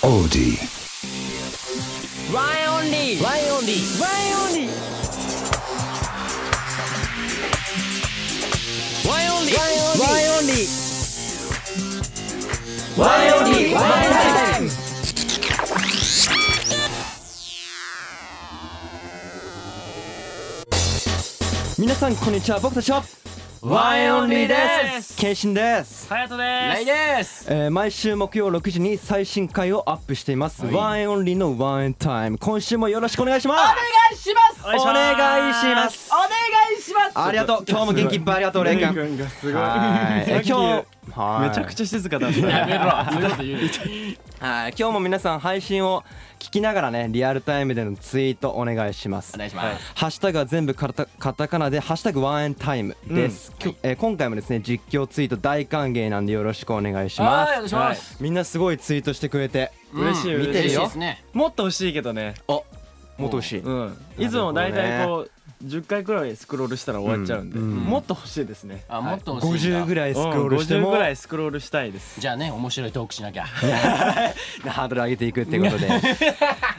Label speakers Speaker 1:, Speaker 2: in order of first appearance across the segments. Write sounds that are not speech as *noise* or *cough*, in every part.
Speaker 1: オーディ
Speaker 2: ワンオンリーワンオンリーワンオンリーワンオンリーワンオンリーワンオンリーワンオンリーワンタイム
Speaker 3: 皆さんこんにちは僕たちは
Speaker 2: ワンオンリーです
Speaker 3: ケイシンです、
Speaker 4: ハヤトで
Speaker 2: ライです
Speaker 3: えー毎週木曜6時に最新回をアップしています、ワンエンオンリーのワンエンタイム今週もよろしくお願いします
Speaker 4: す。お願いし。
Speaker 3: お願いしますすお願いしますありがとう今日も元気いっぱいありがとうレイ君
Speaker 5: 君がすごい
Speaker 3: はいえ今日はい
Speaker 5: めちゃくちゃ静かだった
Speaker 4: やめろ。そういうこと言うな。
Speaker 3: はい今日も皆さん配信を聞きながらねリアルタイムでのツイートお願いします
Speaker 2: お願いします
Speaker 3: ハッシュタグは全部カタカタカナで「ハッシュタグワンエンタイム」です、きょえー今回もですね実況ツイート大歓迎なんでよろしくお願いしま
Speaker 2: は
Speaker 3: す
Speaker 2: いお願いします
Speaker 3: みんなすごいツイートしてくれて
Speaker 5: 嬉し
Speaker 3: 見
Speaker 5: い嬉
Speaker 3: て
Speaker 5: しい
Speaker 3: る
Speaker 2: 嬉しい
Speaker 3: よ
Speaker 2: ですね
Speaker 5: もっと欲しいけどね
Speaker 3: もっと欲しい
Speaker 5: うん
Speaker 3: ね
Speaker 5: いつも大体こう10回くらいスクロールしたら終わっちゃうんで、
Speaker 3: うんうん
Speaker 5: もっと欲しいですね
Speaker 2: あもっと欲しいんだ
Speaker 3: 50ぐらいスクロールして
Speaker 5: うん50
Speaker 3: も
Speaker 5: くらいスクロールしたいです
Speaker 2: じゃあね面白いトークしなきゃ
Speaker 3: ハードル上げていくってことでま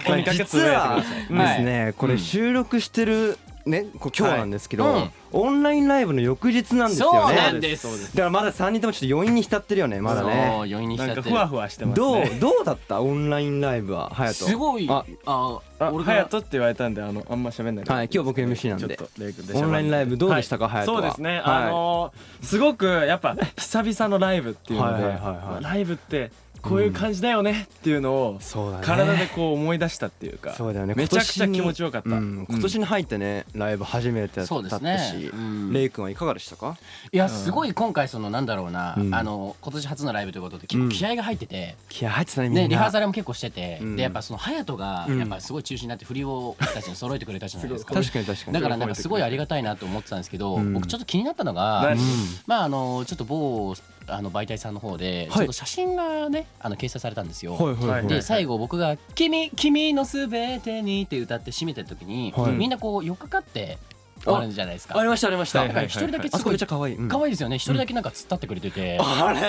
Speaker 5: と
Speaker 3: あ
Speaker 5: にかくつ
Speaker 3: 実
Speaker 5: ぶや
Speaker 3: はい
Speaker 5: てください
Speaker 3: ですねこれ収録してるねこう今日なんですけどオンラインライブの翌日なんですよ
Speaker 2: そう
Speaker 3: ね
Speaker 2: な
Speaker 3: だ
Speaker 2: ん
Speaker 3: か
Speaker 2: です
Speaker 5: そうです
Speaker 3: らまだ3人ともちょっと余韻に浸ってるよねまだ
Speaker 2: そう
Speaker 3: ね
Speaker 2: 余韻に
Speaker 5: な
Speaker 2: 浸
Speaker 5: ん
Speaker 2: って
Speaker 5: か
Speaker 2: る
Speaker 5: ふわふわしてます
Speaker 3: どう
Speaker 5: ね
Speaker 3: どうだったオンラインライブは隼人
Speaker 2: すごい
Speaker 3: あ
Speaker 2: あ
Speaker 5: あ
Speaker 2: 俺
Speaker 5: ハヤ
Speaker 2: が
Speaker 5: トって言われたんであのあんま喋んない
Speaker 3: はい今日僕 MC なんで
Speaker 5: ちょっとレイ君で喋って
Speaker 3: オンラインライブどうでしたか
Speaker 5: は
Speaker 3: 隼
Speaker 5: い
Speaker 3: 人
Speaker 5: そう
Speaker 3: は
Speaker 5: ですね、
Speaker 3: はい
Speaker 5: あのーすごくやっぱ久々のライブっていうの
Speaker 3: はい
Speaker 5: で、
Speaker 3: はいはいはい
Speaker 5: ライブってこういう感じだよねっていうのを
Speaker 3: そうだね
Speaker 5: 体でこう思い出したっていうか
Speaker 3: そうだよね
Speaker 5: めちゃくちゃ
Speaker 3: 今年に
Speaker 5: 気持ちよかった、
Speaker 3: うん今年に入ってねライブ初めてだっ
Speaker 2: そうで
Speaker 3: た
Speaker 2: す
Speaker 3: った
Speaker 2: ね
Speaker 3: し
Speaker 2: うん
Speaker 3: レイ君はいかがでしたか
Speaker 2: いやすごい今回そのなんだろうな、
Speaker 3: うん
Speaker 2: あの今年初のライブということで
Speaker 3: う
Speaker 2: 結
Speaker 3: ん
Speaker 2: 構気合が入ってて、
Speaker 3: 気合入ってたねみんな
Speaker 2: ね、リハーサルも結構してて、
Speaker 3: うん
Speaker 2: でやっぱその隼人が
Speaker 3: うん
Speaker 2: やっぱすごい中心になって振りを僕たちに揃えてくれたじゃないですか。
Speaker 3: 確かに確かに
Speaker 2: だからなんかすごいありがたいなと思ってたんですけど、
Speaker 3: ん
Speaker 2: 僕ちょっと気になったのが、
Speaker 5: 何
Speaker 2: まああのちょっと某あの媒体さんの方で、
Speaker 3: はい
Speaker 2: ちょっと写真がねあの掲載されたんですよ。
Speaker 3: はいはいはい
Speaker 2: で最後僕が「君君のすべてに」って歌って締めてる時に、
Speaker 3: はい
Speaker 2: みんなこう寄っかかって終わるんじゃないですか。
Speaker 3: りましたありまし
Speaker 2: だから一人だけ
Speaker 3: あ
Speaker 2: す
Speaker 3: そこ
Speaker 2: ご
Speaker 3: め
Speaker 2: い
Speaker 3: っちゃ可愛いうん
Speaker 2: 可愛いですよね一人だけなんか突っ立ってくれてて、
Speaker 3: あれ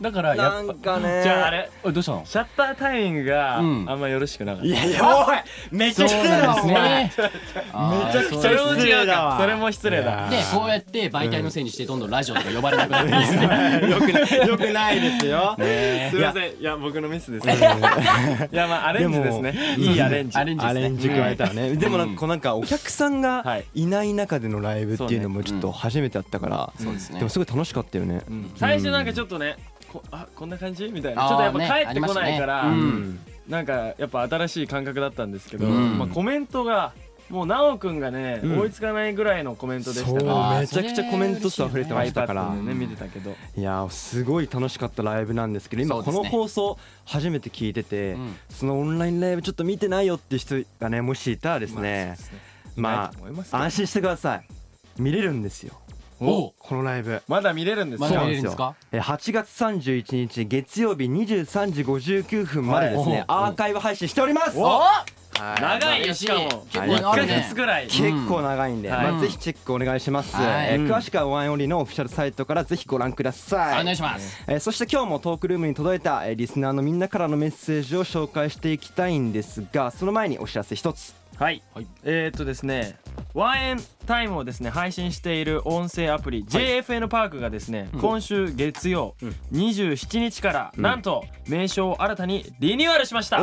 Speaker 2: だから
Speaker 3: ー
Speaker 2: や
Speaker 3: な
Speaker 2: っ
Speaker 3: んかね
Speaker 5: じゃああれ
Speaker 2: ぱどうしたの
Speaker 5: シャッタータイミングがあ
Speaker 2: うん
Speaker 5: んまよろしくなかった、
Speaker 3: いやいやおいめっちゃ失礼だわお前
Speaker 2: ね。めちゃく
Speaker 5: それも
Speaker 3: 失
Speaker 5: 違
Speaker 3: 礼
Speaker 5: う
Speaker 3: だ
Speaker 5: か
Speaker 3: わ
Speaker 5: それも失礼だ
Speaker 2: でこうやって媒体のせいにしてどんどんラジオとか呼ばれなくなってですね。
Speaker 3: よくない *laughs* よくないですよ
Speaker 5: すいませんいや僕のミスですいやまあアレンジですねいいアレンジ
Speaker 2: アレンジですね。
Speaker 3: 加えたらねでもなんかこうなんかお客さん
Speaker 5: は
Speaker 3: が
Speaker 5: い
Speaker 3: いない中でのライブっていうのもちょっと初めてあったから
Speaker 2: そうですね
Speaker 3: でも。すごい楽しかったよね
Speaker 5: うん最初なんかちょっとねこあこんな感じみたいな
Speaker 2: あー
Speaker 5: ちょっとやっぱ
Speaker 2: ね
Speaker 5: 帰ってこないから、
Speaker 2: ありましたねうん
Speaker 5: なんかやっぱ新しい感覚だったんですけど、
Speaker 2: うん
Speaker 5: まあ、コメントがもう奈くんがね、
Speaker 3: うん
Speaker 5: 追いつかないぐらいのコメントでし
Speaker 3: そう
Speaker 5: たから
Speaker 2: あー
Speaker 3: *laughs* めちゃくちゃコメント数溢れてましたから
Speaker 5: iPad でね見てたけど
Speaker 3: いやーすごい楽しかったライブなんですけど今
Speaker 2: そう
Speaker 3: こ
Speaker 2: ですね
Speaker 3: の放送初めて聞いてて、
Speaker 2: うん
Speaker 3: そのオンラインライブちょっと見てないよって人がねもしいたらですね
Speaker 5: ま
Speaker 3: ま
Speaker 5: あそうですねないと思いますけ
Speaker 3: あ
Speaker 5: ど
Speaker 3: 安心してください見れるんですよ
Speaker 2: おう
Speaker 3: このライブ
Speaker 5: まだ見れるんです
Speaker 2: ま
Speaker 5: よ
Speaker 2: だ
Speaker 3: そう
Speaker 2: 見れるんですか
Speaker 3: えー8月31日月曜日23時59分までですね、
Speaker 2: はいおう
Speaker 3: アーカイブ配信しております、
Speaker 5: お
Speaker 3: はい
Speaker 5: 長い
Speaker 2: 嬉
Speaker 5: よ
Speaker 2: しい
Speaker 5: しかも
Speaker 2: 結
Speaker 3: 構
Speaker 5: 1
Speaker 3: 長
Speaker 5: ヶ
Speaker 3: いね
Speaker 5: 月ぐらい
Speaker 3: 結構長いんで、
Speaker 5: うん
Speaker 3: ま
Speaker 2: は
Speaker 3: あ、
Speaker 2: い
Speaker 3: ぜひチェックお願いします、
Speaker 2: はい
Speaker 3: えー詳しくはワンオンリーのオフィシャルサイトからぜひご覧ください
Speaker 2: お願いします。
Speaker 3: えーそして今日もトークルームに届いた、えーリスナーのみんなからのメッセージを紹介していきたいんですがその前にお知らせ一つ
Speaker 5: はい、
Speaker 2: はい
Speaker 5: えー、っとですねワンエンタイムをですね配信している音声アプリ JFN パークがですね、今週月曜27日から、なんと名称を新たにリニューアルしました、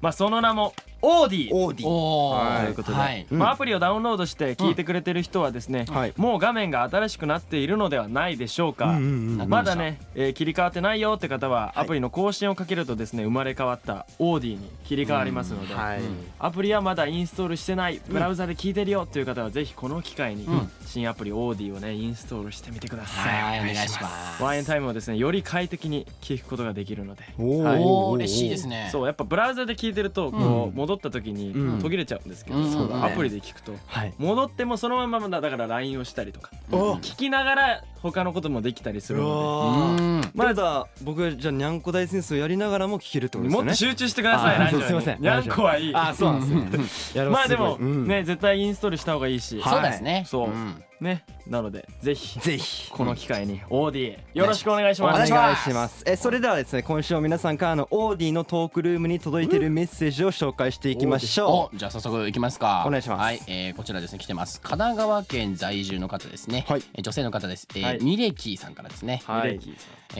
Speaker 5: まあ、その名もオーディ
Speaker 3: オーディ
Speaker 2: おお。
Speaker 5: ということで、
Speaker 2: はい。
Speaker 3: うん
Speaker 5: まあ、アプリをダウンロードして聞いてくれてる人はですね、
Speaker 3: うんはい
Speaker 5: もう画面が新しくなっているのではないでしょうか、
Speaker 3: うんうん
Speaker 2: うん
Speaker 5: まだね、えー切り替わってないよって方はアプリの更新をかけるとですね生まれ変わったオーディに切り替わりますので、
Speaker 3: はい、
Speaker 5: アプリはまだインストールしてないブラウザで聞いてるよっていう方はぜひこの機会に
Speaker 2: ん
Speaker 5: 新アプリオーディをねインストールしてみてください、
Speaker 2: はいお願いします。
Speaker 5: ワインタイムをですねより快適に聞くことができるので
Speaker 3: おー
Speaker 5: はい
Speaker 2: おお嬉しいですね。
Speaker 5: そうやっぱブラウザで聞いてるとこう戻った時
Speaker 3: うん
Speaker 5: に途切れちゃうんですけど、
Speaker 2: うんそうだね
Speaker 5: アプリで聞くと
Speaker 3: はい
Speaker 5: 戻ってもそのまままだだから LINE をしたりとか聞きながら他のこともできたりするの
Speaker 2: うん。
Speaker 3: まだ僕じゃあにゃんこ大戦争やりながらも聞けるってこと
Speaker 5: で
Speaker 3: です
Speaker 5: も
Speaker 3: よ
Speaker 5: っと
Speaker 3: ね
Speaker 5: 集中してください
Speaker 3: あー
Speaker 5: ラジオに
Speaker 3: すいません
Speaker 5: にゃんこはいい
Speaker 3: あそうなんですね
Speaker 5: まあでも
Speaker 3: うん
Speaker 5: ね絶対インストールした方がいいし
Speaker 3: は
Speaker 2: そうですね。
Speaker 5: そう
Speaker 2: うん
Speaker 5: ねなのでぜひ
Speaker 3: ぜひ
Speaker 5: この機会に OD よろしくお願いし
Speaker 3: お
Speaker 5: ます
Speaker 3: 願いしますえそれではですね今週も皆さんからのオーディのトークルームに届いているメッセージを紹介していきましょ
Speaker 2: おじゃあ早速いきますか
Speaker 3: お願いします
Speaker 2: はい、えーこちらですね来てます神奈川県在住の方ですね、
Speaker 3: はい
Speaker 2: えー女性の方です、え
Speaker 5: は
Speaker 2: ー
Speaker 5: い
Speaker 2: ミレキーさんからですね、
Speaker 5: は
Speaker 3: はい
Speaker 5: い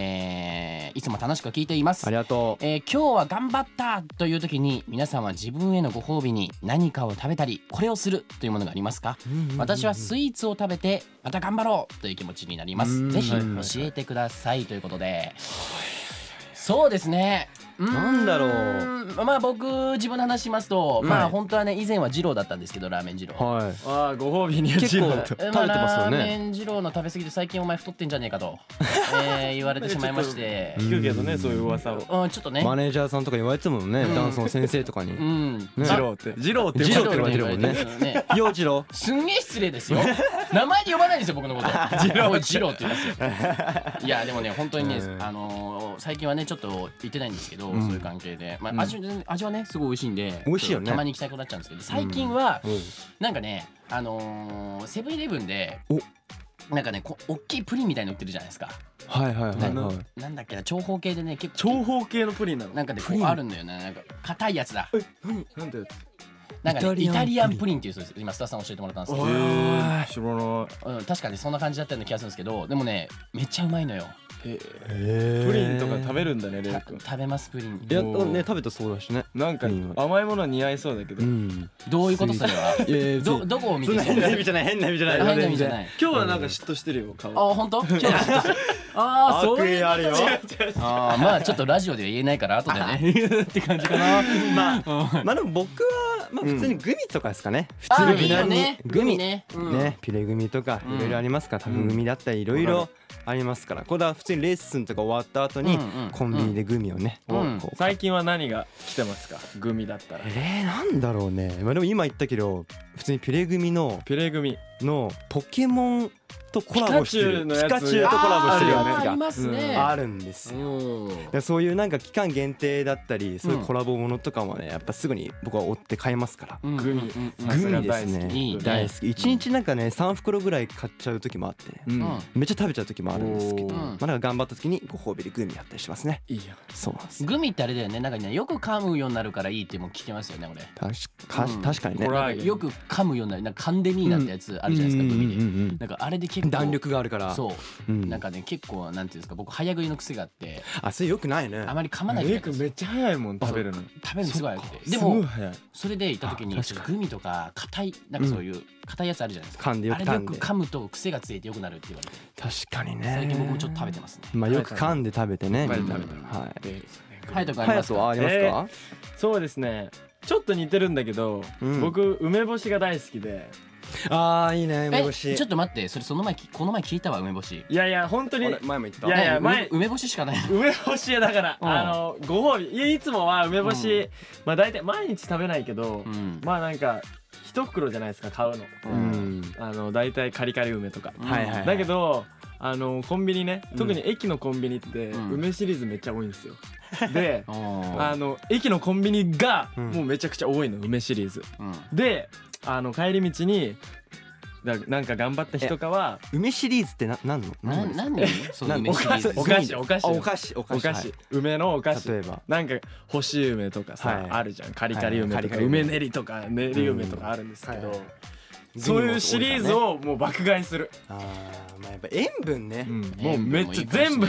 Speaker 2: えーいつも楽しく聞いています
Speaker 3: うありがとう
Speaker 2: えー今日は頑張ったという時に皆さんは自分へのご褒美に何かを食べたりこれをするというものがありますか私はスイーツを食べてまた頑張ろうという気持ちになりま
Speaker 3: う
Speaker 2: す
Speaker 3: ん
Speaker 2: ぜひ
Speaker 5: は
Speaker 2: 教
Speaker 5: いはいはい
Speaker 2: えてくださいということでそうですねうー
Speaker 3: なんだろ
Speaker 2: まあ僕自分の話しますと、ま
Speaker 5: は
Speaker 2: あ
Speaker 5: い
Speaker 2: 本当はね以前は二郎だったんですけどラーメン二郎
Speaker 3: はい
Speaker 5: ああご褒美に
Speaker 3: 結構
Speaker 5: ジロー
Speaker 3: 食べ
Speaker 5: と
Speaker 3: て
Speaker 2: えーあ
Speaker 3: ますよ
Speaker 2: ラーメ
Speaker 3: ね
Speaker 2: ン二郎の食べ過ぎで最近お前太ってんじゃねえか
Speaker 3: *laughs*
Speaker 2: と、えー言われてしまいまして
Speaker 5: 聞くけどねそういう噂を
Speaker 2: うんちょっとね
Speaker 3: マネージャーさんとか言われてたもんねダンスの先生とかに
Speaker 2: う
Speaker 3: ね
Speaker 2: ん
Speaker 5: ジローってジローって
Speaker 3: ジローって呼ばれてるもんね
Speaker 2: ジローって呼ばれてるね
Speaker 3: ようじろ
Speaker 2: すんげえ失礼ですよ *laughs* 名前で呼ばないんですよ僕のことジロージローって言います
Speaker 3: *laughs*
Speaker 2: よいやでもね本当にね、
Speaker 3: うん
Speaker 2: あのー最近はねちょっと行ってないんですけど、
Speaker 3: ん
Speaker 2: そういう関係で、まあ、味味はねすごい美味しいんで
Speaker 3: 美味しいよね
Speaker 2: ちょっとたまに行きたくなっちゃうんですけど最近は、なんかねあのーセブンイレブンで
Speaker 3: お
Speaker 2: なんかねこ大きいプリンみたいの売ってるじゃないですか
Speaker 3: はいはいはいはい
Speaker 2: なんだっけな長方形でね結構
Speaker 5: 長方形のプリンなの
Speaker 2: なんかでこうあるんだよねなんか硬いやつだ
Speaker 5: なんてやつ
Speaker 2: なんかね、
Speaker 3: イ
Speaker 2: イ
Speaker 3: タ
Speaker 2: タ
Speaker 3: リ
Speaker 2: リ
Speaker 3: ア
Speaker 2: ア
Speaker 3: ンプリン
Speaker 2: ンプリンっていうそうです今スタッフさん教えてもらったんですけど
Speaker 5: へー知らない
Speaker 2: うん、確かにそんな感じだったような気がするんですけどでもねめっちゃうまいのよ
Speaker 5: え
Speaker 3: プ
Speaker 5: プリンとか食べるんだねレイ
Speaker 2: た
Speaker 5: 君
Speaker 2: 食べますプリン
Speaker 3: いやね食べたそうだしね
Speaker 5: なんか
Speaker 3: プリンは
Speaker 5: 甘いもの似合いそうだけど
Speaker 3: うん
Speaker 2: どういうことそれはい
Speaker 3: やいや
Speaker 2: どどこを見てそう
Speaker 3: 味じゃない変な意味じゃ
Speaker 2: 変な意味じゃない
Speaker 5: 今日はなんか嫉妬してるよ
Speaker 2: あ
Speaker 5: 顔
Speaker 2: 本当今日
Speaker 3: *laughs*
Speaker 2: はああそういう
Speaker 3: あるよ
Speaker 2: あーまあちょっとラジオでは言えないから後でねって感じかな
Speaker 3: *laughs* まあまあでも僕はまあ普通にグミとかですかね普
Speaker 2: あ
Speaker 3: 通
Speaker 2: ー
Speaker 3: に
Speaker 2: いいよね
Speaker 3: グミね
Speaker 2: ねうん
Speaker 3: ピレグミとか
Speaker 2: うん
Speaker 3: いろいろありますからタフグミだったりいろいろありますからこれは普通にレッスンとか終わった後に
Speaker 2: うんうん
Speaker 3: コンビニでグミをねこ
Speaker 2: うん
Speaker 3: う
Speaker 5: 最近は何が来てますかグミだったら
Speaker 3: えー、なんだろうねまあでも今言ったけど普通にピレグミの
Speaker 5: ピレグミ
Speaker 3: のポケモンとコラボしてる
Speaker 5: ピカチュウのやつ
Speaker 3: ュウとコラボしてるや
Speaker 2: あーあり
Speaker 3: つ
Speaker 2: ますね
Speaker 3: があるんですよ
Speaker 2: うん
Speaker 3: でそういうなんか期間限定だったりそういうコラボものとかもねやっぱすぐに僕は追って買いますから
Speaker 2: うん
Speaker 5: グミ
Speaker 2: うん
Speaker 3: グ
Speaker 5: さすが
Speaker 3: ミで
Speaker 5: 大
Speaker 3: す
Speaker 5: 好き
Speaker 3: ね
Speaker 2: いいね
Speaker 3: 大好き一日なんかね3袋ぐらい買っちゃう時もあってね
Speaker 5: う
Speaker 2: うんん
Speaker 3: めっちゃ食べちゃう時もあるんですけど
Speaker 5: おー
Speaker 3: まあなんか頑張った時にご褒美でグミやったりしますね
Speaker 5: いいよ
Speaker 3: そうなんですよ
Speaker 2: グミってあれだよねなんかねよく噛むようになるからいいっても聞きますよね俺
Speaker 3: 確か
Speaker 2: うん
Speaker 3: 確かにね
Speaker 5: コラ
Speaker 2: なんかよく噛むようになるなんか噛んでみーなんてやつあるじゃないですかグミで
Speaker 3: うんうんうんうん
Speaker 2: なんかあれで結構
Speaker 3: 弾力があるから
Speaker 2: そう
Speaker 3: う
Speaker 2: なん
Speaker 3: ん
Speaker 2: かね結構なんていうんですか僕早食いの癖があって
Speaker 3: あそれよくないね
Speaker 2: あまり噛まないじ
Speaker 5: レイ
Speaker 2: ゃないで
Speaker 5: 君
Speaker 2: すか
Speaker 5: めっちゃ早いもん食べるの
Speaker 2: 食べるのすごい早くてです
Speaker 5: ごい
Speaker 2: も
Speaker 5: 早い
Speaker 2: それで行った時に
Speaker 3: あ確か
Speaker 2: グミとか硬いなんかそういう硬いやつあるじゃないですか
Speaker 3: 噛んでよ
Speaker 2: あ
Speaker 3: く
Speaker 2: れで
Speaker 3: 噛
Speaker 2: よ
Speaker 3: ん
Speaker 2: く
Speaker 3: で
Speaker 2: 噛むと癖がついてよくなるって言われて
Speaker 3: 確かにね
Speaker 2: 最近僕もちょっと食べてますね
Speaker 3: まあよく噛んで食べてね。
Speaker 5: 食べ
Speaker 3: みん
Speaker 5: て
Speaker 3: な
Speaker 5: 食べて
Speaker 3: はい。
Speaker 5: レイ君ね
Speaker 2: はいとかありま
Speaker 3: 隼
Speaker 2: す
Speaker 3: 人はあ
Speaker 2: か
Speaker 3: りますか？
Speaker 5: そうですねちょっと似てるんだけど、
Speaker 3: うん
Speaker 5: 僕梅干しが大好きで
Speaker 3: ああいいね梅
Speaker 2: え
Speaker 3: 干し。
Speaker 2: ちょっと待ってそれその前きこの前聞いたわ梅干し
Speaker 5: いやいや本当に
Speaker 3: あれ前も言ってた。
Speaker 5: いやいや
Speaker 2: ね
Speaker 5: 前
Speaker 2: 梅梅干ししかない
Speaker 5: 梅干しだから、
Speaker 2: うん
Speaker 5: あのご褒美いやいつもは梅干し、
Speaker 2: う
Speaker 5: まあ大体毎日食べないけど、
Speaker 2: うん
Speaker 5: まあなんか一袋じゃないですか買うの、
Speaker 3: うん。
Speaker 5: あの大体カリカリ梅とか、
Speaker 3: はいはい。
Speaker 5: だけどあのコンビニね
Speaker 3: うん
Speaker 5: 特に駅のコンビニって、
Speaker 2: うん
Speaker 5: 梅シリーズめっちゃ多いんです
Speaker 3: *laughs*
Speaker 5: よ、であ
Speaker 2: あ
Speaker 5: の駅のコンビニが
Speaker 3: うん
Speaker 5: もうめちゃくちゃ多いの梅シリーズ
Speaker 2: うん
Speaker 5: であの帰り道にだなんか頑張った日とかは
Speaker 3: 梅シリーズってななんの？
Speaker 2: な
Speaker 5: *laughs*
Speaker 3: 何の
Speaker 2: 何その梅シリーズ
Speaker 5: お菓子お菓子
Speaker 3: あお菓子お菓
Speaker 5: お
Speaker 3: 子。
Speaker 5: 菓
Speaker 3: は
Speaker 5: 子、
Speaker 3: い
Speaker 5: 梅のお菓子
Speaker 3: 例えば。
Speaker 5: なんか干し梅とかさ、
Speaker 3: はい
Speaker 5: あるじゃんカリカリ梅
Speaker 3: はいカ
Speaker 5: とか
Speaker 3: リカリ梅
Speaker 5: 梅練りとか練り梅とかあるんですけど、
Speaker 3: うんはい
Speaker 5: そういうシリーズをもう爆買いする、
Speaker 3: ああまあやっぱ塩分ね。
Speaker 5: もうめっちゃ全部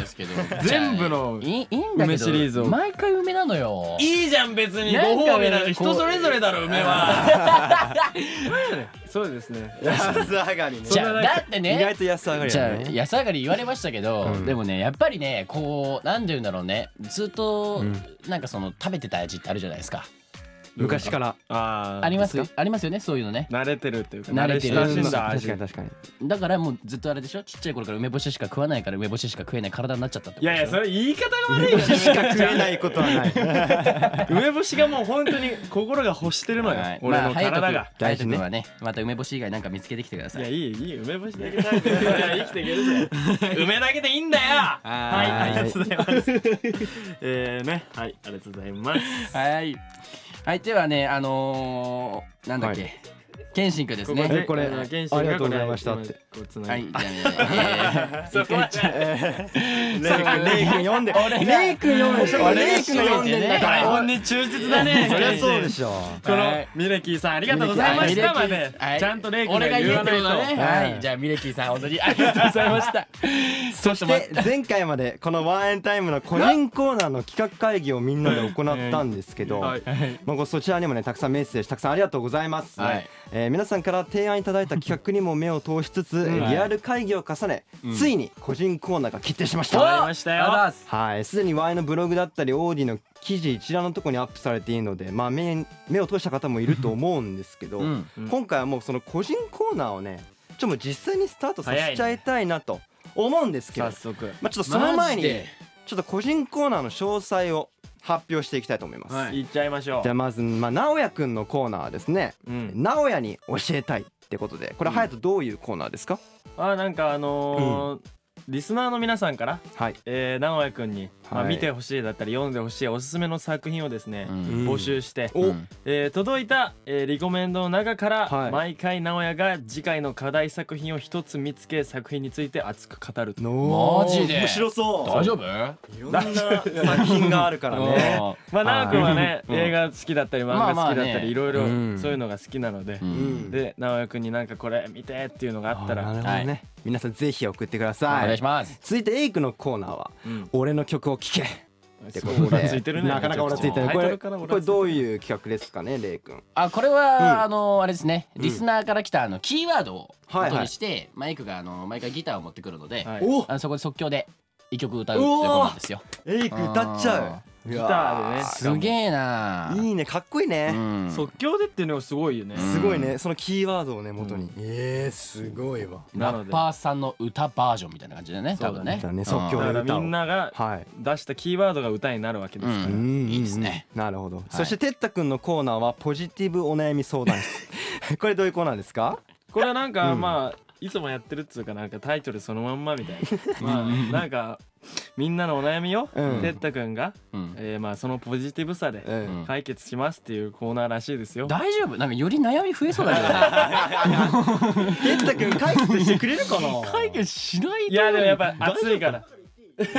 Speaker 5: 全部の
Speaker 2: いいいいんだけ
Speaker 5: 梅
Speaker 2: ど
Speaker 5: シリーズを
Speaker 2: 毎回梅なのよ
Speaker 5: いいじゃん別に
Speaker 2: なんかねこう
Speaker 5: だろ梅はそうですね
Speaker 3: 安上がりね
Speaker 2: じゃあだって
Speaker 3: 意外
Speaker 2: ね
Speaker 3: と安上がり
Speaker 2: じゃあ
Speaker 3: だね。
Speaker 2: 安上がり言われましたけど、
Speaker 3: うん
Speaker 2: でもねやっぱりねこうなんて言うんだろうねずっと、
Speaker 3: うん
Speaker 2: なんかその食べてた味ってあるじゃないですか
Speaker 3: 昔から。
Speaker 5: あー
Speaker 2: あります
Speaker 3: です
Speaker 2: ありますよねそういうのね
Speaker 5: 慣れてるっていうか
Speaker 2: 慣れてる
Speaker 5: 慣
Speaker 2: 親
Speaker 5: 親しんだ
Speaker 3: 確
Speaker 5: 味
Speaker 3: かに確かに。
Speaker 2: だからもうずっとあれでしょちっちゃい頃から梅干ししか食わないから梅干ししか食えない体になっちゃったって
Speaker 5: い
Speaker 2: こと
Speaker 5: や
Speaker 2: で
Speaker 5: い
Speaker 2: しょ
Speaker 5: やそれ言い方が悪いよね
Speaker 3: しか食えないことはない。
Speaker 5: 梅干しがもう本当に心が欲してるのよ、
Speaker 2: はい
Speaker 5: 俺
Speaker 2: ま
Speaker 5: の
Speaker 2: あ隼人
Speaker 5: 体
Speaker 2: 君
Speaker 5: が、
Speaker 3: 大
Speaker 2: 隼
Speaker 3: 事
Speaker 2: 人
Speaker 3: ね
Speaker 2: 君はねまた梅干し以外なんか見つけてきてくださ
Speaker 5: いや
Speaker 2: い
Speaker 5: いいいい梅干しだけ食べてるいや生きていけるぜ梅だけでいいんだよはいありがとうござい *laughs* ますえーねはいありがとうございます
Speaker 2: はいはいではねあのー、なんだっけ、謙信くんです
Speaker 5: ここ
Speaker 2: ね
Speaker 5: で
Speaker 3: えこれ
Speaker 5: あの謙信
Speaker 3: ありがとうございましたって
Speaker 5: こうつな
Speaker 2: は
Speaker 5: げ
Speaker 2: い
Speaker 5: て
Speaker 2: じゃあね
Speaker 5: *laughs* そこは
Speaker 3: レイ君読んでレイ君読んでしょレイ君読んでんだか
Speaker 5: 台
Speaker 3: ら
Speaker 5: 本に忠実だね
Speaker 3: そりゃそうで
Speaker 5: ょ
Speaker 3: しょ
Speaker 5: こ
Speaker 2: は
Speaker 5: の
Speaker 2: い
Speaker 5: ミレキーさんありがとうございましたまで
Speaker 2: はい
Speaker 5: ちゃんとレイ君
Speaker 2: 俺
Speaker 5: が
Speaker 2: が言
Speaker 5: 言
Speaker 2: う
Speaker 5: わ
Speaker 2: ってこ
Speaker 5: ない
Speaker 2: と
Speaker 5: と
Speaker 2: だねはいじゃあミレキーさん本当にありがとうございました
Speaker 3: そして前回までこのワンエンタイムの個人コーナーの企画会議をみんなで行ったんですけど、
Speaker 5: はい
Speaker 3: まあ、ごそちらにもねたくさんメッセージたくさんありがとうございます、
Speaker 2: はい
Speaker 3: えー皆さんから提案いただいた企画にも目を通しつつ、えーリアル会議を重ね、ついに個人コーナーが決定しました、
Speaker 5: わかりましたよ
Speaker 2: あ
Speaker 3: はいすでに Y のブログだったりオーディの記事一覧のとこにアップされているので、まあ、目目を通した方もいると思うんですけど、
Speaker 2: うん
Speaker 3: 今回はもうその個人コーナーをねちょっともう実際にスタートさせちゃいたいなと思うんですけど、
Speaker 5: 早速
Speaker 3: まあ、ちょっとその前に
Speaker 2: マジで
Speaker 3: ちょっと個人コーナーの詳細を発表していきたいと思います。
Speaker 5: いっちゃいましょ
Speaker 3: じゃあまず、まあ、直哉くんのコーナーはですね、
Speaker 5: ううん
Speaker 3: 直哉に教えたいってことでこれ隼人どういうコーナーですか、
Speaker 5: あなんかあのーリスナーの皆さんから
Speaker 3: はい、
Speaker 5: えー直哉くんにまあ
Speaker 3: はい
Speaker 5: 見てほしいだったり読んでほしいおすすめめの作品をですね
Speaker 2: うん
Speaker 5: 募集して
Speaker 3: お、
Speaker 2: うん
Speaker 5: えー届いた、えーリコメンドの中から、
Speaker 3: はい
Speaker 5: 毎回直哉が次回の課題作品を一つ見つけ作品について熱く語ると
Speaker 3: の
Speaker 2: マジで
Speaker 3: 面白そう
Speaker 2: 大丈夫
Speaker 3: いろんな作品があるから *laughs* ね
Speaker 5: まあ直哉くんはね、
Speaker 3: うん
Speaker 5: 映画好きだったり漫画好きだ
Speaker 2: ま
Speaker 5: ったり、
Speaker 2: あまあね
Speaker 5: いろいろ
Speaker 3: うん
Speaker 5: そういうのが好きなので
Speaker 2: う、ん
Speaker 5: で直哉くんになんかこれ見てっていうのがあった
Speaker 3: なる
Speaker 5: ら
Speaker 3: ほどね、皆さんぜひ送ってくだ
Speaker 2: お
Speaker 3: さい
Speaker 2: 願いします
Speaker 3: 続いてエイクのコーナーは
Speaker 5: うん
Speaker 3: 「俺の曲を聴け」って
Speaker 5: そ
Speaker 3: こ
Speaker 5: う
Speaker 3: と
Speaker 5: オラ
Speaker 3: で
Speaker 5: ついてるね
Speaker 3: なかなかオラついてるこ
Speaker 5: タイト
Speaker 3: れ
Speaker 5: ルからオ
Speaker 3: こ
Speaker 5: ラ
Speaker 3: れ
Speaker 5: ついてる
Speaker 3: どういう企画ですかねレイ君
Speaker 2: あこれ
Speaker 3: うん
Speaker 2: はあのあれですねリスナーから来たあのキーワードを
Speaker 3: はいはい
Speaker 2: 元にしてマイクがあの毎回ギターを持ってくるので
Speaker 5: はい
Speaker 3: お
Speaker 2: あのそこで即興で一曲歌うってことなんですよ
Speaker 3: エイク歌っちゃうギ
Speaker 5: ギターでね
Speaker 2: すげえない
Speaker 3: いねかっこいいね、
Speaker 2: うん
Speaker 5: 即興でっていうのがすごいよね、
Speaker 2: うん
Speaker 3: すごいねそのキーワードをね元に、えー、すごいわ
Speaker 5: な
Speaker 2: ラ
Speaker 5: ので
Speaker 2: ッパーさんの歌バージョンみたいな感じだね
Speaker 5: そ
Speaker 2: 多
Speaker 5: うだ
Speaker 2: 分
Speaker 5: ね
Speaker 2: ね
Speaker 3: そうだね即興
Speaker 5: だ
Speaker 3: で
Speaker 5: からみんなが
Speaker 3: はい
Speaker 5: 出したキーワードが歌になるわけですから、
Speaker 2: うんいいですね。
Speaker 3: なるほど。そしててったくんのコーナーはポジティブお悩み相談 *laughs* 室。これどういうコーナーですか？
Speaker 5: これはなんか、
Speaker 3: うん
Speaker 5: まあいつもやってるっつうかなんかタイトルそのまんまみたいなまあなんかみんなのお悩みを
Speaker 3: うん
Speaker 5: てったくんが、
Speaker 2: うん
Speaker 5: えーまあそのポジティブさ
Speaker 3: う
Speaker 5: で
Speaker 3: ん。
Speaker 5: 解決しますっていうコーナーらしいですよ。
Speaker 2: 大丈夫なんかより悩み増えそうだけど
Speaker 5: *laughs*
Speaker 2: ね
Speaker 3: てったくん解決してくれるかな？
Speaker 2: 解決しないと
Speaker 5: いやでもやっぱ暑いから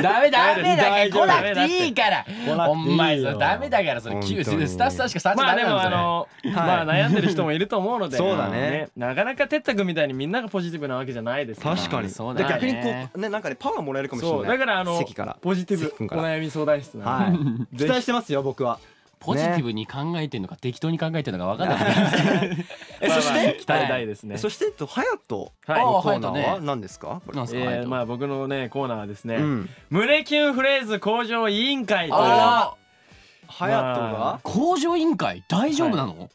Speaker 2: ダメダメだから
Speaker 5: 大丈
Speaker 2: 来
Speaker 5: 夫
Speaker 2: なくていいから
Speaker 3: なくていいよ
Speaker 2: お前それダメだからそれ
Speaker 3: 本当に
Speaker 2: 急スタッフさんしか触っちゃ
Speaker 5: まあ
Speaker 2: ダ
Speaker 5: で
Speaker 2: メ
Speaker 5: もあ
Speaker 2: なん
Speaker 5: の、まあ悩んでる人もいると思うので
Speaker 3: そうだね
Speaker 5: なかなかてったくんみたいにみんながポジティブなわけじゃないですから
Speaker 3: 確かに。
Speaker 2: まあそう
Speaker 3: で
Speaker 2: だね
Speaker 3: 逆にこうねなんかねパワーもらえるかもしれな
Speaker 5: そ
Speaker 3: い。
Speaker 5: うだからあの
Speaker 3: 席から
Speaker 5: ポジティブ
Speaker 3: 関君
Speaker 5: お
Speaker 3: から
Speaker 5: 悩み相談室なので
Speaker 3: はい。期待してますよ僕は。
Speaker 2: ポジティブに考えてるのか適当に考えてるのか分かんない
Speaker 3: え
Speaker 5: まあ
Speaker 3: そ
Speaker 5: まあ
Speaker 3: して
Speaker 5: 期待大ですね。
Speaker 3: そしてえっとハヤト
Speaker 5: はい
Speaker 3: のコーナ
Speaker 2: あーハ
Speaker 3: ー
Speaker 2: ヤ
Speaker 3: は
Speaker 2: ト
Speaker 3: 何ですか？これ
Speaker 2: なんすか
Speaker 5: え
Speaker 2: 隼
Speaker 5: ー
Speaker 2: 人
Speaker 5: まあ僕のねコーナーはですね、
Speaker 3: うん。
Speaker 5: 胸キュンフレーズ向上委員会という
Speaker 2: あ
Speaker 3: ハヤト
Speaker 5: ま
Speaker 3: が
Speaker 2: 工場委員会大丈夫なの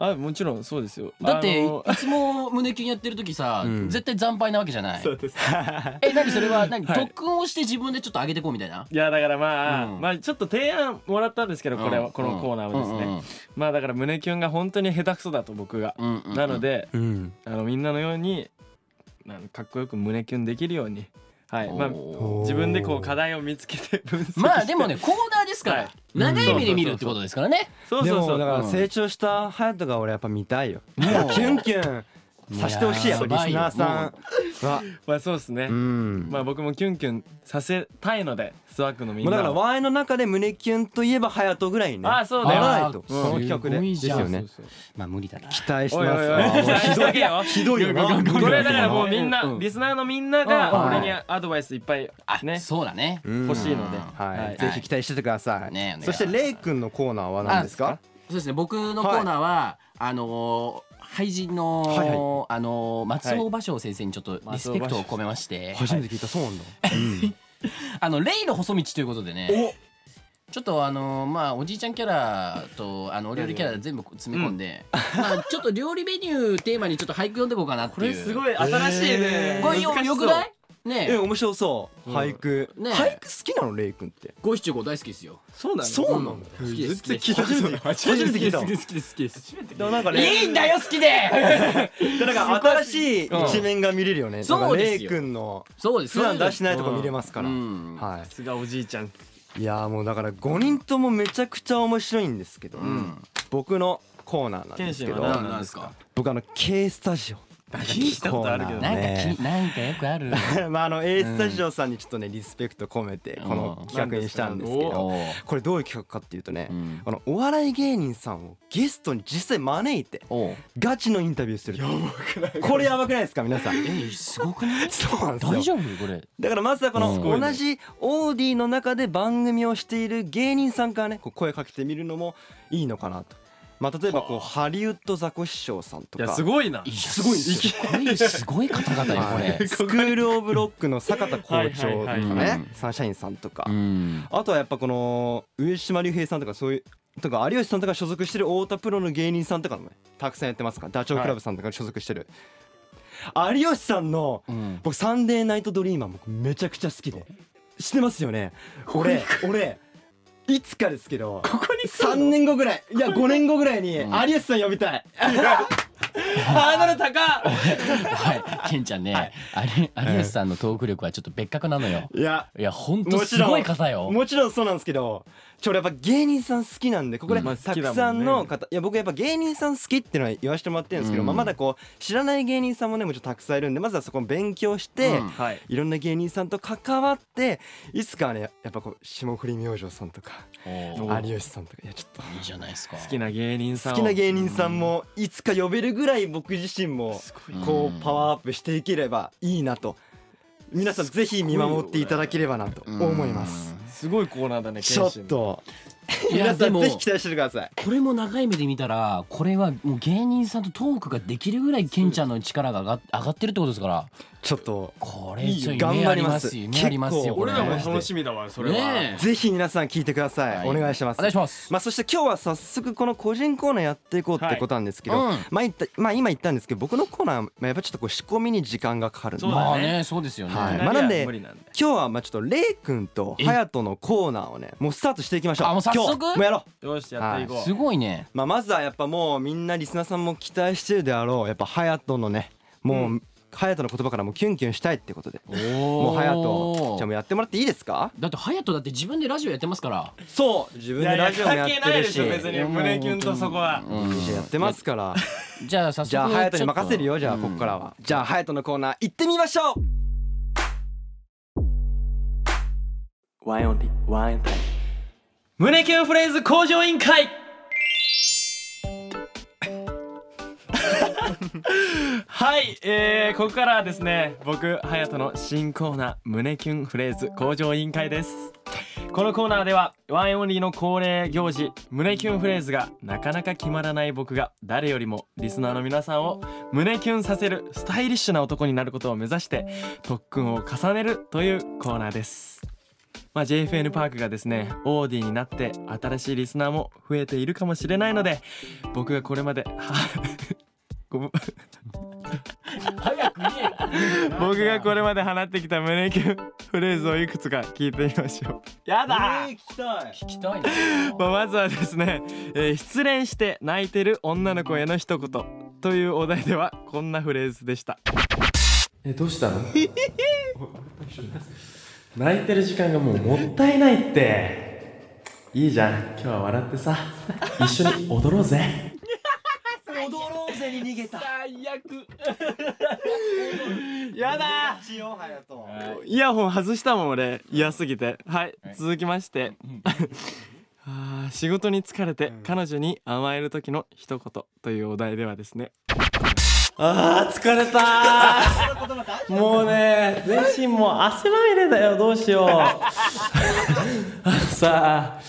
Speaker 5: あもちろんそうですよ
Speaker 2: だって
Speaker 5: あ
Speaker 2: い
Speaker 5: の
Speaker 2: つも胸キュンやってる時さ
Speaker 3: うん
Speaker 2: 絶対惨敗なわけじゃない
Speaker 5: そうです
Speaker 2: え何それは何
Speaker 5: はい
Speaker 2: 特訓をして自分でちょっと上げてこうみたいない
Speaker 5: やだからまあ、
Speaker 2: うん
Speaker 5: まあちょっと提案もらったんですけどこれは、このコーナーはですね、まあだから胸キュンが本当に下手くそだと僕が、
Speaker 2: ね
Speaker 5: なので
Speaker 3: *laughs* うん。
Speaker 5: あのみんなのようにあのかっこよく胸キュンできるようにはいまあ
Speaker 3: おー
Speaker 5: *laughs* 自分でこう課題を見つけて分析して
Speaker 2: まあでもねコーナーですか
Speaker 5: はい
Speaker 2: ら長い目で見るってことですからね
Speaker 5: そう
Speaker 3: で
Speaker 5: そう
Speaker 3: も
Speaker 5: そう
Speaker 3: だから
Speaker 2: うん
Speaker 3: 成長したハヤトが俺やっぱ見たいよ。も
Speaker 2: もう
Speaker 3: うキュンキュンさせてほしいやっぱ
Speaker 2: いやー
Speaker 3: リスナーさんは。
Speaker 5: まあそうですね、
Speaker 3: うん。
Speaker 5: まあ僕もキュンキュンさせたいのでスワックのみん
Speaker 3: もう
Speaker 5: な
Speaker 3: だ
Speaker 5: を
Speaker 3: からワイの中で胸キュンといえばハヤトぐらいにね。
Speaker 5: ああそう
Speaker 3: な
Speaker 5: だよ
Speaker 3: ら
Speaker 2: あ
Speaker 3: ない
Speaker 2: ー
Speaker 3: と。
Speaker 5: うん
Speaker 3: その企画
Speaker 2: す
Speaker 3: で。
Speaker 2: ごい
Speaker 3: で
Speaker 2: じ
Speaker 3: す
Speaker 2: ゃん
Speaker 3: よね。
Speaker 2: まあ無理だな
Speaker 3: 期待して
Speaker 5: おいおい
Speaker 3: ます
Speaker 5: お
Speaker 3: わ。
Speaker 5: *laughs* い期待しとけよ
Speaker 3: ひどいよな。
Speaker 5: これだからもうみんな、
Speaker 2: うん
Speaker 5: リスナーのみんな
Speaker 2: う
Speaker 5: が
Speaker 2: ん
Speaker 5: 俺にアドバイスいっぱいね
Speaker 2: そうだね
Speaker 3: うん
Speaker 5: 欲しいので、
Speaker 3: は、
Speaker 5: はいい
Speaker 3: ぜひ期待しててください。
Speaker 2: ねお願いします
Speaker 3: そしてレイ君のコーナーは何ですか？
Speaker 2: そうですね僕のコーナーは、あのー俳人の、
Speaker 3: はいは
Speaker 2: あのー松尾芭蕉先生にちょっとリスペクトを込めまして、
Speaker 3: 初めて聞いたそうなんだ。
Speaker 2: あのレイの細道ということでねちょっとあのーまあおじいちゃんキャラとあのお料理キャラ全部詰め込んで、まあちょっと料理メニューテーマにちょっと俳句読んでこうかなっていう
Speaker 5: これす
Speaker 2: い
Speaker 5: ごい新しいね、
Speaker 2: これよ
Speaker 5: 難しそう
Speaker 2: よくないね
Speaker 3: え、面白そう。俳句。
Speaker 2: ね
Speaker 3: 俳句好きなのレイ君って？
Speaker 2: 五七五大好きですよ
Speaker 5: そうなの
Speaker 3: そうなの。
Speaker 2: 好きです
Speaker 3: 全然聞いたことない。初めて聞いたの。
Speaker 2: 好きです好きです
Speaker 3: でもなんか
Speaker 2: い
Speaker 3: ね、
Speaker 2: いんだよ好きで
Speaker 3: なんか新しい一面が見れるよね。
Speaker 2: そう
Speaker 3: なんか
Speaker 2: で
Speaker 3: レ
Speaker 2: す
Speaker 3: イ
Speaker 2: よ
Speaker 3: 君の
Speaker 2: そうです
Speaker 3: 普段出して
Speaker 2: ない
Speaker 3: ないとこ見れますから。
Speaker 2: うん
Speaker 3: は
Speaker 5: さすがおじいちゃん
Speaker 3: い。いやーもうだから五人ともめちゃくちゃ面白いんですけど、僕のコーナーなんですけど
Speaker 5: 天心は
Speaker 2: な
Speaker 5: 何
Speaker 2: ん
Speaker 5: な
Speaker 2: なんん
Speaker 5: で
Speaker 2: ですす
Speaker 5: か
Speaker 2: か
Speaker 3: 僕あの K スタジオ
Speaker 5: 聞いたことあるけど
Speaker 3: コーナ
Speaker 5: ね
Speaker 3: ー
Speaker 2: なんかきなんかよくある
Speaker 5: *laughs*
Speaker 3: まああの A スタジオさんにちょっとねリスペクト込めてこの企画にしたんですけ
Speaker 5: お
Speaker 3: ど
Speaker 2: お
Speaker 3: これどういう企画かっていうとね
Speaker 2: うん
Speaker 3: あのお笑い芸人さんをゲストに実際招いて
Speaker 2: お
Speaker 3: ガチのインタビューするこれやばくないですか皆さん
Speaker 2: すごくない
Speaker 3: そうなんですよ
Speaker 2: 大丈夫これ
Speaker 3: だからまずはこの
Speaker 2: うん
Speaker 3: 同じオーディの中で番組をしている芸人さんからねこう声かけてみるのもいいのかなと。まあ、例えばこうハリウッドザコシショウさんと
Speaker 5: いや
Speaker 3: か
Speaker 5: すごいな
Speaker 2: すごいすごいすごい方々よこ
Speaker 3: はい
Speaker 2: れ
Speaker 3: スクール・オブ・ロックの坂田校長とか
Speaker 5: はいはい
Speaker 2: はいはい
Speaker 3: ねサンシャインさんとか
Speaker 2: うん
Speaker 3: あとはやっぱこの上島竜兵さんとかそういうとか有吉さんとか所属してる太田プロの芸人さんとかもねたくさんやってますからダチョウ倶楽部さんとか所属してる、有吉さんの
Speaker 2: うん
Speaker 3: 僕「サンデーナイトドリーマー」僕めちゃくちゃ好きで知ってますよね俺俺いつかですけどここに3年後ぐらいいや5年後ぐらいに有
Speaker 2: ん
Speaker 3: 吉さん呼びたい、
Speaker 5: *laughs* ハードル高っ
Speaker 2: はいケンちゃんねあれ有吉さんのトーク力はちょっと別格なのよ
Speaker 3: いや
Speaker 2: いやほんとすごい方よ
Speaker 3: もちろんそうなんですけどちょ俺やっぱ芸人さん好きなんでここで
Speaker 5: うんまあ
Speaker 3: た
Speaker 5: 好きだもんね
Speaker 3: くさんの方、いや僕やっぱ芸人さん好きっていうのは言わせてもらってるんですけど、
Speaker 2: うん
Speaker 3: まあ、まだこう知らない芸人さんもねもちろんたくさんいるんでまずはそこを勉強して、
Speaker 2: うん
Speaker 5: はい
Speaker 3: いろんな芸人さんと関わっていつかはねやっぱこう霜降り明星さんとか
Speaker 2: お
Speaker 5: お
Speaker 2: ー
Speaker 5: ー
Speaker 3: 有吉さんとかいやちょっと
Speaker 2: いいじゃないですか
Speaker 5: 好きな芸人さん
Speaker 3: 好
Speaker 5: を
Speaker 3: きな芸人さんもいつか呼べるぐらい僕自身もこ
Speaker 2: うん
Speaker 3: うパワーアップしていければいいなと皆さんぜひ見守っていただければなと思います。
Speaker 5: すごいコーナーだね
Speaker 3: ちょっ
Speaker 5: 謙信
Speaker 3: と
Speaker 2: いや
Speaker 3: 皆さ
Speaker 2: で
Speaker 3: ん
Speaker 2: も
Speaker 3: ぜひ期待しててください。
Speaker 2: これも長い目で見たらこれはもう芸人さんとトークができるぐらいケンちゃんの力が上が上がってるってことですから
Speaker 3: ちょっと
Speaker 2: これ
Speaker 3: いい
Speaker 2: ち
Speaker 3: よ
Speaker 2: ょっと
Speaker 3: 頑
Speaker 2: 夢
Speaker 3: 張
Speaker 2: あ
Speaker 3: り
Speaker 2: り
Speaker 3: ま
Speaker 2: ますすよ夢ありますよ
Speaker 3: 結構
Speaker 2: こ
Speaker 5: 俺
Speaker 2: れ
Speaker 5: らも
Speaker 2: ね
Speaker 5: 楽しみだわそれは、
Speaker 2: え
Speaker 3: ぜひ皆さん聞いてください。
Speaker 2: はい
Speaker 3: お願いします。
Speaker 2: お願いします
Speaker 3: まあそして今日は早速この個人コーナーやっていこうってことなんですけど、
Speaker 2: はいうん
Speaker 3: まあ言ったまあ今言ったんですけど僕のコーナーはまあやっぱちょっとこう仕込みに時間がかかるんで
Speaker 5: そうだね
Speaker 2: まあねそうですよね、
Speaker 3: はい
Speaker 5: いき
Speaker 3: ま
Speaker 5: なり
Speaker 3: あなん
Speaker 5: は
Speaker 3: で
Speaker 5: 無理なんで
Speaker 3: 今日はまあちょっとレイ君とハヤトのコーナーをねもうスタートしていきましょう。
Speaker 2: あもう早速
Speaker 3: 今日もうやろう。
Speaker 5: よしやっていこう、
Speaker 2: すごいね
Speaker 3: まあまずはやっぱもうみんなリスナーさんも期待してるであろうやっぱハヤトのねもうハヤトの言葉からもうキュンキュンしたいってことで。も
Speaker 2: も
Speaker 3: うハヤトじゃあもうやってもらっていいですか？
Speaker 2: だってハヤトだって自分でラジオやってますから
Speaker 3: そう自分
Speaker 5: いや
Speaker 3: で
Speaker 5: いや
Speaker 3: ラジオもやっ
Speaker 5: 関係な
Speaker 3: て
Speaker 5: い
Speaker 3: る
Speaker 5: で
Speaker 3: し
Speaker 5: しょ別に胸キュンとそこは、
Speaker 3: やってますから。
Speaker 2: じゃあ早速
Speaker 3: じ
Speaker 5: *laughs*
Speaker 3: ゃあ隼
Speaker 2: ち
Speaker 3: 人に
Speaker 2: ょっと
Speaker 3: 任せるよじゃあここからは、じゃあ隼人のコーナー行ってみましょう
Speaker 5: ワインオンリーワインタイム胸キュンフレーズ向上委員会 *laughs* はい、えー、ここからはですね僕隼人の新コーナー「胸キュンフレーズ向上委員会」ですこのコーナーではワンオンリーの恒例行事胸キュンフレーズがなかなか決まらない僕が誰よりもリスナーの皆さんを胸キュンさせるスタイリッシュな男になることを目指して特訓を重ねるというコーナーですまあ、JFN パークがですねオーディになって新しいリスナーも増えているかもしれないので僕がこれまで *laughs* はごめん
Speaker 2: 早く言え
Speaker 5: 僕がこれまで放ってきた胸キュンフレーズをいくつか聞いてみましょうやだ
Speaker 3: 聞きたい
Speaker 2: 聞きたいな
Speaker 5: *laughs* まあまずはですね、えー失恋して泣いてる女の子への一言というお題ではこんなフレーズでしたえどうしたの *laughs* 泣いてる時間がもうもったいないっていいじゃん今日は笑ってさ一緒に踊ろうぜ
Speaker 3: 踊ろうぜに逃げた
Speaker 2: 最悪
Speaker 5: やだ
Speaker 3: 一応隼人
Speaker 5: イヤホン外したもん俺嫌すぎてはい続きまして、 *laughs* あー仕事に疲れて彼女に甘える時の一言というお題ではですねあー疲れたー *laughs* もうね全身もう汗まみれだよどうしようあの *laughs* さ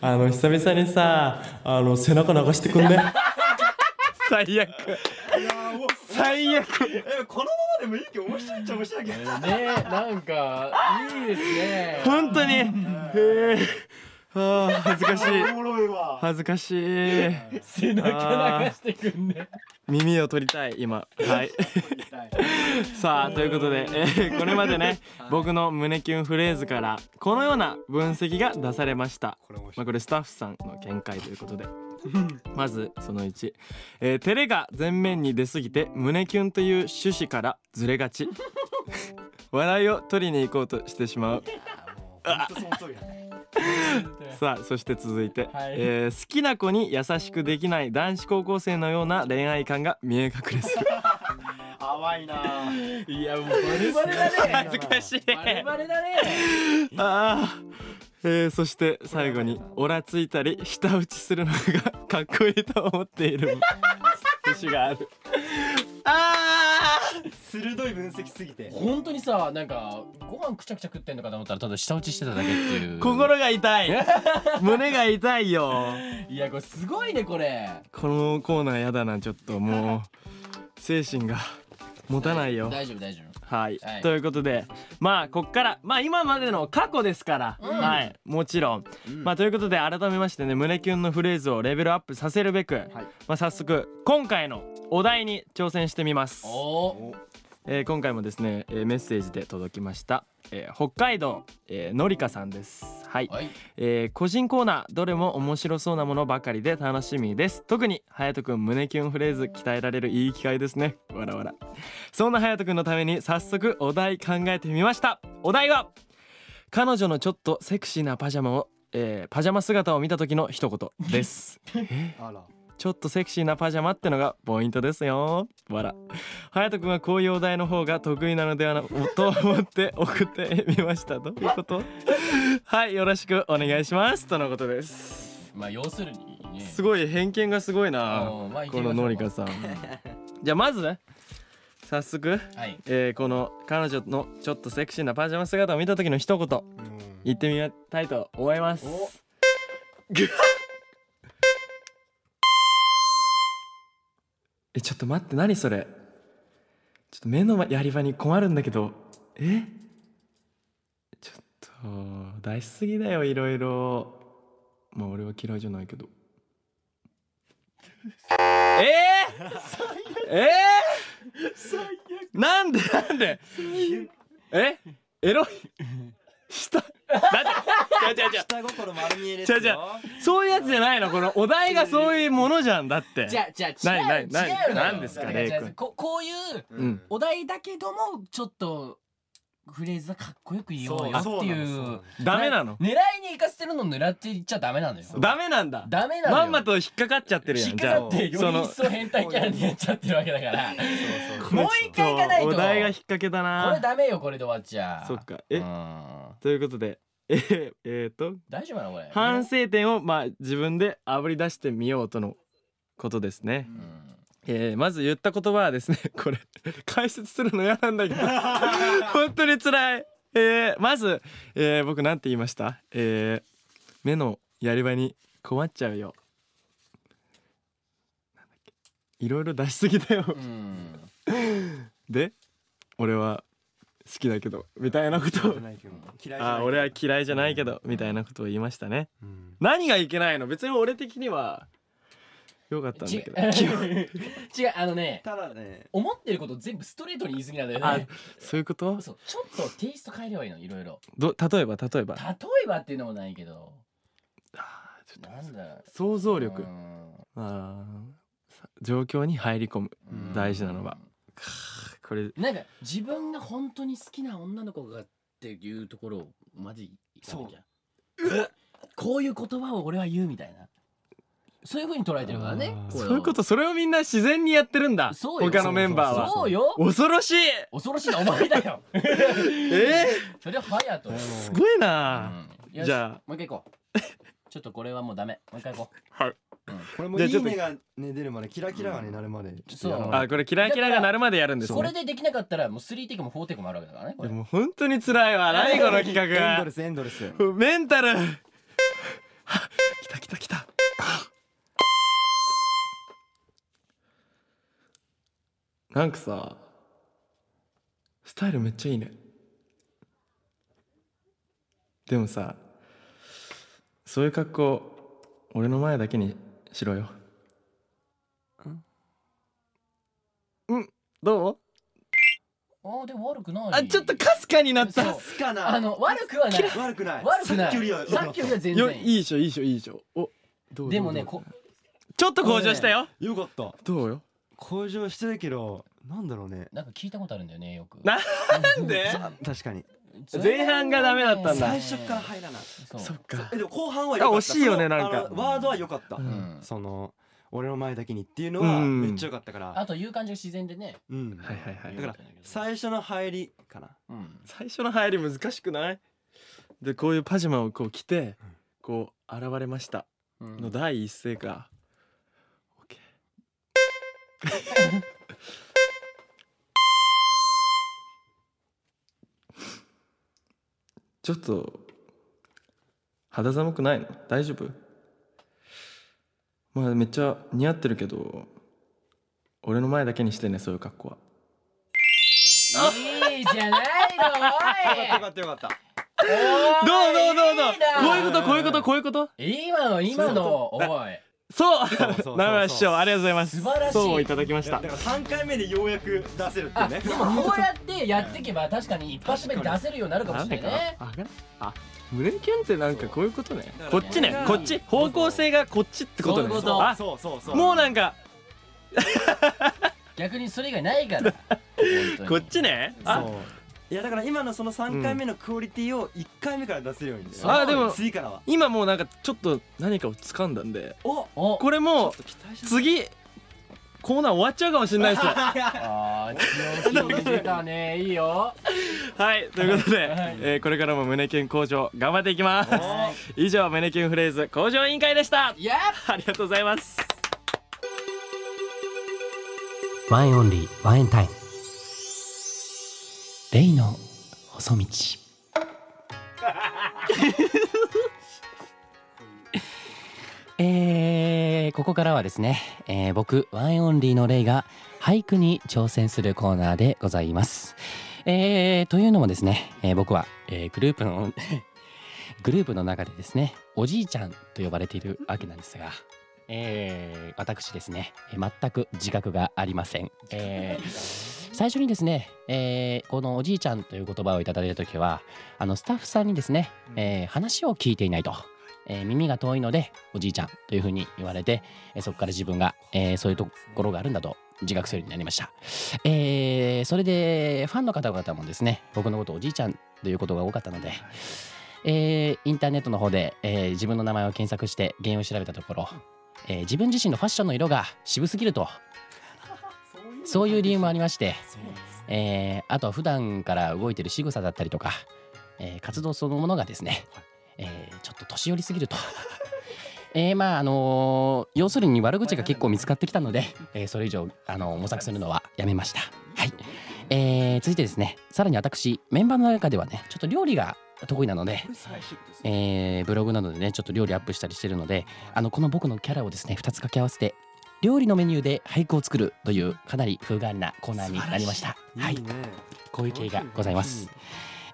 Speaker 5: あの久々にさあの背中流してくんね最悪最悪
Speaker 3: えこのままでもいいけど面白いっちゃ面白いけど
Speaker 2: ねなんかいいですね
Speaker 5: 本当にへえあー恥ずかしい
Speaker 3: おもろいわ
Speaker 5: 恥ずかしい
Speaker 2: 背中流してくんね
Speaker 5: 耳を取りたい今はいさあということで、えーこれまでね僕の胸キュンフレーズからこのような分析が出されました
Speaker 3: これ面
Speaker 5: ま
Speaker 3: 白
Speaker 5: あ、
Speaker 3: い
Speaker 5: これスタッフさんの見解ということでまずその1、えー照れが前面に出すぎて胸キュンという趣旨からずれが *laughs* ち笑いを取りに行こうとしてしまう
Speaker 3: 本当その通りだね
Speaker 5: *laughs* さあそして続いて、
Speaker 2: はい
Speaker 5: えー好きな子に優しくできない男子高校生のような恋愛感が見え隠れする
Speaker 3: 淡いない
Speaker 2: やもうバレバレだね
Speaker 5: *laughs* 恥ずかしい
Speaker 2: バレバレだね
Speaker 5: あーえーそして最後にオラついたり舌打ちするのがかっこいいと思ってい *laughs* る節があるあ
Speaker 3: 鋭い分析すぎて
Speaker 2: 本当にさなんかご飯くちゃくちゃ食ってんのかと思ったらただ舌打ちしてただけってい
Speaker 5: ー
Speaker 2: う
Speaker 5: 心が痛い胸が痛いよ
Speaker 2: いやこれすごいねこれ
Speaker 5: このコーナーやだなちょっともう精神が持たないよ
Speaker 2: 大丈夫大丈夫
Speaker 5: はい、
Speaker 2: はい
Speaker 5: ということでまあこっからまあ今までの過去ですから、はいもちろん、まあということで改めましてね胸キュンのフレーズをレベルアップさせるべく、まあ早速今回のお題に挑戦してみます、
Speaker 2: お
Speaker 5: えー今回もですね、えーメッセージで届きました、えー北海道、えーのりかさんですはい
Speaker 2: お、はい
Speaker 5: えー個人コーナーどれも面白そうなものばかりで楽しみです特に隼人くん胸キュンフレーズ鍛えられるいい機会ですねわらわらそんな隼人くんのために早速お題考えてみましたお題は彼女のちょっとセクシーなパジャマを、えーパジャマ姿を見た時の一言です
Speaker 3: あら
Speaker 5: ちょっとセクシーなパジャマってのがポイントですよわら隼人くんはこういうお題の方が得意なのではなと思って送ってみましたどういうことはいよろしくお願いしますとのことです
Speaker 2: まあ要するにね
Speaker 5: すごい偏見がすごいな
Speaker 2: おーまあ行ってみ
Speaker 5: こ
Speaker 2: ましょ
Speaker 5: の
Speaker 2: う
Speaker 5: のりかさんじゃあまずね早速、
Speaker 2: はい
Speaker 5: えーこの彼女のちょっとセクシーなパジャマ姿を見た時の一言言ってみたいと思いますぐっ *laughs* えちょっと待って何それちょっと目のやり場に困るんだけどえちょっと出しすぎだよいろいろまあ俺は嫌いじゃないけどえ *laughs* ー、ええー、なんでなんでえエロいしただって違う違う違う
Speaker 3: 下心丸見えで
Speaker 5: 違う違うそういうやつじゃないのこのお題がそういうものじゃんだって
Speaker 2: じゃあじゃあ違
Speaker 5: ないうないない
Speaker 2: 違うのよ
Speaker 5: なんですか
Speaker 2: だら
Speaker 5: レイ君
Speaker 2: 違うここういう
Speaker 5: うん
Speaker 2: お題だけどもちょっとフレーズはかっこよく言おうよっていう
Speaker 5: ダメなの
Speaker 2: 狙いに行かせてるのを狙っていっちゃダメなのよ
Speaker 5: ダメなんだ
Speaker 2: ダメなのよ
Speaker 5: まんまと引っかかっちゃってるや
Speaker 2: 引っ
Speaker 5: ん
Speaker 2: か
Speaker 5: じゃあ
Speaker 2: かってよ
Speaker 5: そ
Speaker 2: り一
Speaker 5: の
Speaker 2: 層変態キャラにやっちゃってるわけだから
Speaker 3: そう
Speaker 2: もう一回行かないと
Speaker 5: お題が引っ掛けだ
Speaker 2: *laughs* これ
Speaker 5: な
Speaker 2: ダメよこれで終わっちゃ
Speaker 5: そっかえ
Speaker 2: うん大
Speaker 5: ということでえーえーと
Speaker 2: 丈夫なのこれ
Speaker 5: 反省点をまあ自分であぶり出してみようとのことですね
Speaker 2: う、
Speaker 5: えーまず言った言葉はですね *laughs* これ解説するの嫌なん
Speaker 3: *laughs*
Speaker 5: だけど本当に辛い、えーまず、えー僕なんて言いました、えー目のやり場に困っちゃうよなんだっけいろいろ出しすぎだよ、
Speaker 2: んうん
Speaker 5: で俺は好きだけどみたいなことを
Speaker 3: 嫌い
Speaker 5: あー俺は嫌いじゃないけどみたいなことを言いましたね何がいけないの別に俺的にはよかったんだ
Speaker 2: ち *laughs* 違
Speaker 5: けど
Speaker 2: うあのね
Speaker 3: ただね
Speaker 2: 思ってること全部ストレートに言い過ぎなんだよ
Speaker 5: あ
Speaker 2: ね
Speaker 5: そういうこと
Speaker 2: そうちょっとテイスト変えればいいのいろいろ
Speaker 5: ど例えば例えば
Speaker 2: 例えばっていうのもないけど
Speaker 5: あーちょっと
Speaker 2: なんだろう
Speaker 5: 想像力
Speaker 2: うん
Speaker 5: あーさ状況に入り込む
Speaker 2: うん
Speaker 5: 大事なのはこれ
Speaker 2: なんか自分が本当に好きな女の子がっていうところをまずいかなきゃこういう言葉を俺は言うみたいなそういう風に捉えてるからね
Speaker 5: あー
Speaker 2: これを
Speaker 5: そういうことそれをみんな自然にやってるんだ
Speaker 2: そうよ
Speaker 5: 他のメンバーは
Speaker 2: そうよ
Speaker 5: 恐ろしい
Speaker 2: 恐ろしいなお前だよ
Speaker 5: *laughs* え
Speaker 2: それはハヤと
Speaker 5: ー、すごいな、
Speaker 2: うんよし
Speaker 5: じゃあ
Speaker 2: もう一回行こ
Speaker 5: *laughs*
Speaker 2: うちょっとこれはもうダメもう一回行こう
Speaker 3: これも
Speaker 5: じゃ
Speaker 3: い
Speaker 5: あちょっ
Speaker 3: い
Speaker 5: と
Speaker 3: ねがね出るまでキラキラがねなるまでちょっとやら
Speaker 2: そう
Speaker 3: ない
Speaker 5: あこれキラキラが鳴るまでやるんです
Speaker 2: これ
Speaker 5: ね
Speaker 2: でできなかったらもう3テイクも4テイクもあるわけだからねこ
Speaker 5: で
Speaker 2: れ
Speaker 5: も本当に辛いわ何この企
Speaker 3: エンド
Speaker 5: 画
Speaker 3: レスエンドレス
Speaker 5: メンタルはっ来た来た来たなんかさスタイルめっちゃいいねでもさそういう格好俺の前だけにしろようんどう
Speaker 2: ああでも悪くない
Speaker 5: あちょっとかすかになっ
Speaker 2: そ
Speaker 5: た
Speaker 2: う
Speaker 3: すかな
Speaker 2: あの悪くはない
Speaker 3: 悪くない
Speaker 2: 悪くない
Speaker 3: さっきよりは
Speaker 2: さっきよりは全
Speaker 5: よ
Speaker 2: 然いい
Speaker 5: いいでしょいいでしょいいでしょおどう
Speaker 2: でも
Speaker 5: ど
Speaker 2: ね
Speaker 5: うどう
Speaker 2: こ
Speaker 5: ちょっと向上したよ
Speaker 3: よかった
Speaker 5: どうよ
Speaker 3: 向上してるけどなんだろうね
Speaker 2: なんか聞いたことあるんだよねよく
Speaker 5: なんで
Speaker 3: 確かに
Speaker 5: 前半がダメだったんだ
Speaker 3: 最初から入らない
Speaker 2: そう
Speaker 5: そっか
Speaker 3: えでも後半は良かった
Speaker 5: あ惜しいよねなんか
Speaker 3: そのあのワードは良かった、
Speaker 5: う
Speaker 2: うん
Speaker 3: その俺の前だけにっていうのは
Speaker 5: うん
Speaker 3: めっちゃ良かったから、
Speaker 2: あと言う感じが自然でね
Speaker 3: うん
Speaker 5: はいはいはい
Speaker 3: だから最初の入りかな
Speaker 2: うん
Speaker 5: 最初の入り難しくないでこういうパジャマをこう着て
Speaker 3: うん
Speaker 5: こう現れました
Speaker 2: うん
Speaker 5: の第一声が OK ちょっと肌寒くないの大丈夫まあめっちゃ似合ってるけど俺の前だけにしてねそういう格好はい
Speaker 2: いじゃないの
Speaker 3: よかったよかったよかった
Speaker 5: どうどうどうどう
Speaker 2: いいな
Speaker 5: こういうことこういうことこういうこと
Speaker 2: おい今の今のおい
Speaker 5: そう
Speaker 3: そうそうそう
Speaker 5: 名古屋師匠ありがとうございます
Speaker 2: 素晴らしい
Speaker 5: そういただきまし
Speaker 3: いや
Speaker 5: た
Speaker 3: だから3回目でようやく出せるってい
Speaker 2: あ
Speaker 3: うね
Speaker 2: でもこうやってやっていけば確かに一発目に出せるようになるかもしれないね
Speaker 5: ああ胸キュンってなんかこういうことね
Speaker 3: だから
Speaker 5: こっちねこっち方向性がこっちってことね
Speaker 2: そういうこと
Speaker 5: あ
Speaker 3: そうそうそう
Speaker 5: もうなんか
Speaker 2: 逆にそれ以外ない
Speaker 3: *laughs*
Speaker 2: から
Speaker 5: こっちねあ
Speaker 3: いやだから今のその3回目のクオリティを1回目から出せるようにね、
Speaker 2: そう
Speaker 5: あでも
Speaker 3: 次からは
Speaker 5: 今もうなんかちょっと何かを掴んだんで
Speaker 3: お
Speaker 2: お
Speaker 5: これもう
Speaker 3: 期待して
Speaker 5: 次コーナー終わっちゃうかもしれないですよ
Speaker 2: あー強気出たねいいよ
Speaker 5: はいということで、
Speaker 2: はい
Speaker 5: えーこれからも胸キュン向上頑張っていきます
Speaker 2: は
Speaker 5: 以上胸キュンフレーズ向上委員会でした
Speaker 2: いやっ
Speaker 5: ありがとうございます
Speaker 2: ワインオンリー、ワインタイム。レイの細道。 *laughs* えー、ここからはですね、えー、僕ワインオンリーのレイが俳句に挑戦するコーナーでございます。えー、というのもですね、えー、僕は、えー、グループの *laughs* グループの中でですね、おじいちゃんと呼ばれているわけなんですが。えー私ですね、えー全く自覚がありません。えー最初にですね、えーこのおじいちゃんという言葉をいただいた時はあのスタッフさんにですね、えー話を聞いていないと、えー耳が遠いのでおじいちゃんというふうに言われて、えーそこから自分が、えーそういうところがあるんだと自覚するようになりました、えーそれでファンの方々もですね僕のことをおじいちゃんということが多かったので、えーインターネットの方で、えー自分の名前を検索して原因を調べたところ、えー自分自身のファッションの色が渋すぎるとそういう理由もありまして、えーあとは普段から動いてる仕草だったりとか、えー活動そのものがですね、えーちょっと年寄りすぎると。 *laughs* えーまああのー要するに悪口が結構見つかってきたので、えーそれ以上、あのー模索するのはやめました。はいえー続いてですねさらに私メンバーの中ではねちょっと料理が得意なので、えーブログなどでねちょっと料理アップしたりしてるのであのこの僕のキャラをですね2つ掛け合わせて料理のメニューで俳句を作るというかなり風変わりなコーナーになりましたはい
Speaker 3: ね
Speaker 2: こういう経緯がございます。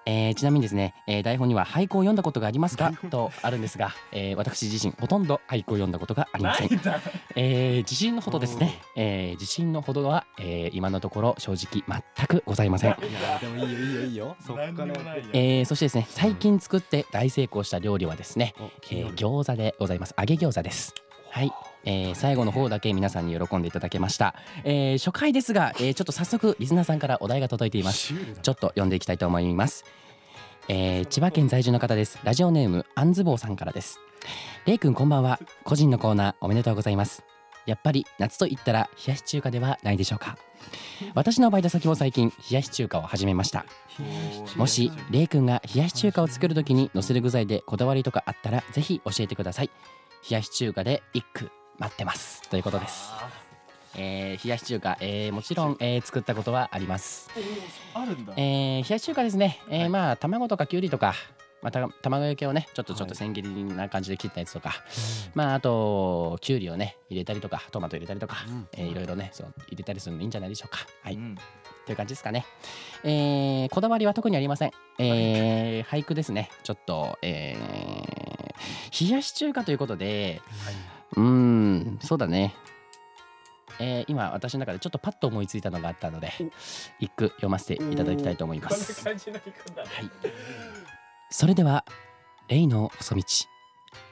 Speaker 2: えーちなみにですね、えー台本には俳句を読んだことがあります *laughs* かとあるんですが、えー私自身ほとんど俳句を読んだことがありません。 *laughs* えー自信のほどですね、えー自信のほどは、えー今のところ正直全くございません。
Speaker 3: いやでもいいよいいよいいよそっから
Speaker 2: えーそしてですね最近作って大成功した料理はですね、えー餃子でございます揚げ餃子ですはい、えー最後の方だけ皆さんに喜んでいただけました、えー初回ですが、えーちょっと早速リスナーさんからお題が届いていますちょっと読んでいきたいと思います、えー千葉県在住の方ですラジオネームあんずぼうさんからですれいくんこんばんは個人のコーナーおめでとうございますやっぱり夏と言ったら冷やし中華ではないでしょうか私のバイト先も最近冷やし中華を始めましたもしレイくんが冷やし中華を作るときにのせる具材でこだわりとかあったらぜひ教えてください冷やし中華で一句待ってますということですえー冷やし中華、えーもちろん、えー作ったことはあります
Speaker 5: あるんだ
Speaker 2: えー冷やし中華ですね、えーまあ卵とかきゅうりとか、まあ、た卵焼きをねちょっとちょっと千切りな感じで切ったやつとか、まああときゅうりをね入れたりとかトマト入れたりとか、えーいろいろねそう入れたりするのいいんじゃないでしょうかはい、という感じですかね、えーこだわりは特にありません、えー俳句ですねちょっと、えー冷やし中華ということで、うーんそうだねえー今私の中でちょっとパッと思いついたのがあったので一句読ませていただきたいと思います
Speaker 5: 感じのいくんだ
Speaker 2: はい。それでは、レイの細道、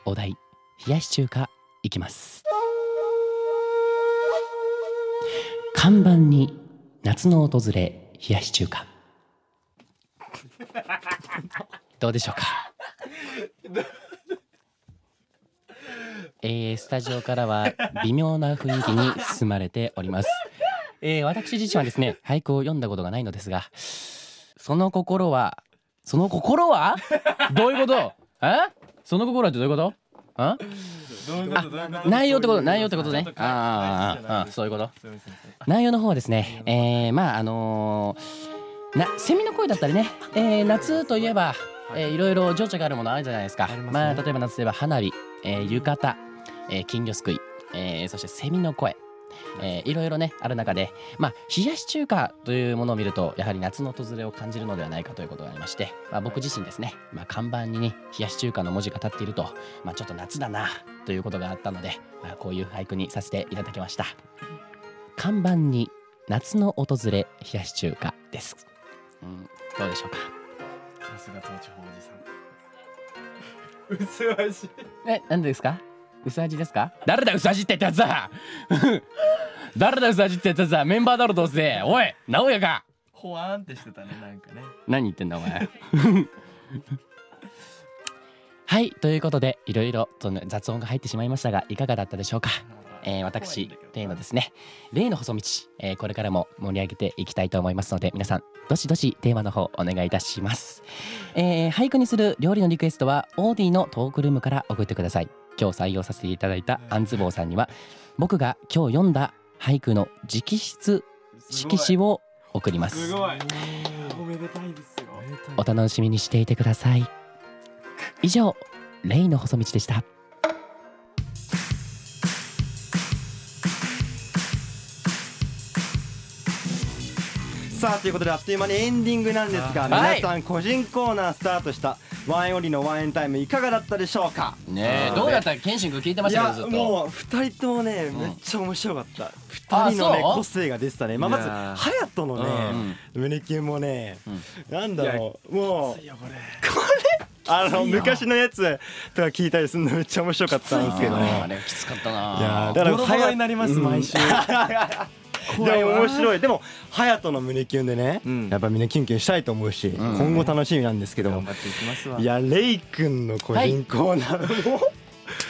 Speaker 2: お題、冷やし中華、いきます。看板に夏の訪れ、冷やし中華。どうでしょうかえースタジオからは微妙な雰囲気に包まれております、えー私自身はですね俳句を読んだことがないのですがその心はその心は *laughs* どういうことえその心はってどういうことあ
Speaker 5: どういうことどういうこと
Speaker 2: 内容ってこと内容って
Speaker 5: そう
Speaker 2: ことね
Speaker 5: ちょっ
Speaker 2: ああああああそういうこと
Speaker 5: すみませんすいま
Speaker 2: 内容の方はですね、えー、まああのーなセミの声だったりね、えー、夏といえば、えー、いろいろ情緒があるものあるじゃないですか
Speaker 5: ありますね
Speaker 2: まあ例えば夏といえば花火、えー、浴衣、えー、金魚すくい、えー、そしてセミの声えー、いろいろねある中で、まあ、冷やし中華というものを見るとやはり夏の訪れを感じるのではないかということがありまして、まあ、僕自身ですね、まあ、看板に、ね、冷やし中華の文字が立っていると、まあ、ちょっと夏だなということがあったので、まあ、こういう俳句にさせていただきました看板に夏の訪れ冷やし中華です、うん、どうでしょうか
Speaker 5: せんさすが東地方おじさん薄味
Speaker 2: え何ですか薄味ですか誰だ薄味って言ったやつだ *laughs* 誰だ薄味って言ったやつだメンバーだろどうせおい直哉か
Speaker 5: ほわーんってしてたねなんかね
Speaker 2: 何言ってんだお前 *laughs* はいということでいろいろとね雑音が入ってしまいましたがいかがだったでしょうか、えー私例のですね例の細道、えーこれからも盛り上げていきたいと思いますので皆さんどしどしテーマの方お願いいたします、えー俳句にする料理のリクエストはオーディのトークルームから送ってください今日採用させていただいたあんずぼうさんには僕が今日読んだ俳句の直筆色紙
Speaker 5: を
Speaker 2: を送ります
Speaker 5: すごいおめでたいですよ
Speaker 2: お楽しみにしていてください以上レイの細道でした
Speaker 3: さあということであっという間にエンディングなんですが
Speaker 2: はい
Speaker 3: 皆さん個人コーナースタートしたワンオリのワンエンタイムいかがだったでしょうか
Speaker 2: ねえどうだったケンシン君聞いてま
Speaker 3: い
Speaker 2: したけ
Speaker 3: や
Speaker 2: どずっと
Speaker 3: もう2人ともねめっちゃ面白かった
Speaker 2: あ
Speaker 3: 2人のね
Speaker 2: そう
Speaker 3: 個性が出てたねまあまず
Speaker 5: いや
Speaker 3: 隼人のね胸キュンもねなんだろうもう
Speaker 5: いやこれ
Speaker 3: あの昔のやつとか聞いたりするのめっちゃ面白かったんですけどね
Speaker 2: あれきつかった
Speaker 3: いや
Speaker 2: な
Speaker 3: ーだから
Speaker 5: ボロボロになります
Speaker 3: 隼
Speaker 5: 毎週 *laughs*
Speaker 3: うんでも面白いでも隼人の胸キュンでね
Speaker 5: うん
Speaker 3: やっぱみんなキュンキュンしたいと思うし今後楽しみなんですけども
Speaker 5: 頑張っていきますわ
Speaker 3: いやレイくんの個人コーナーも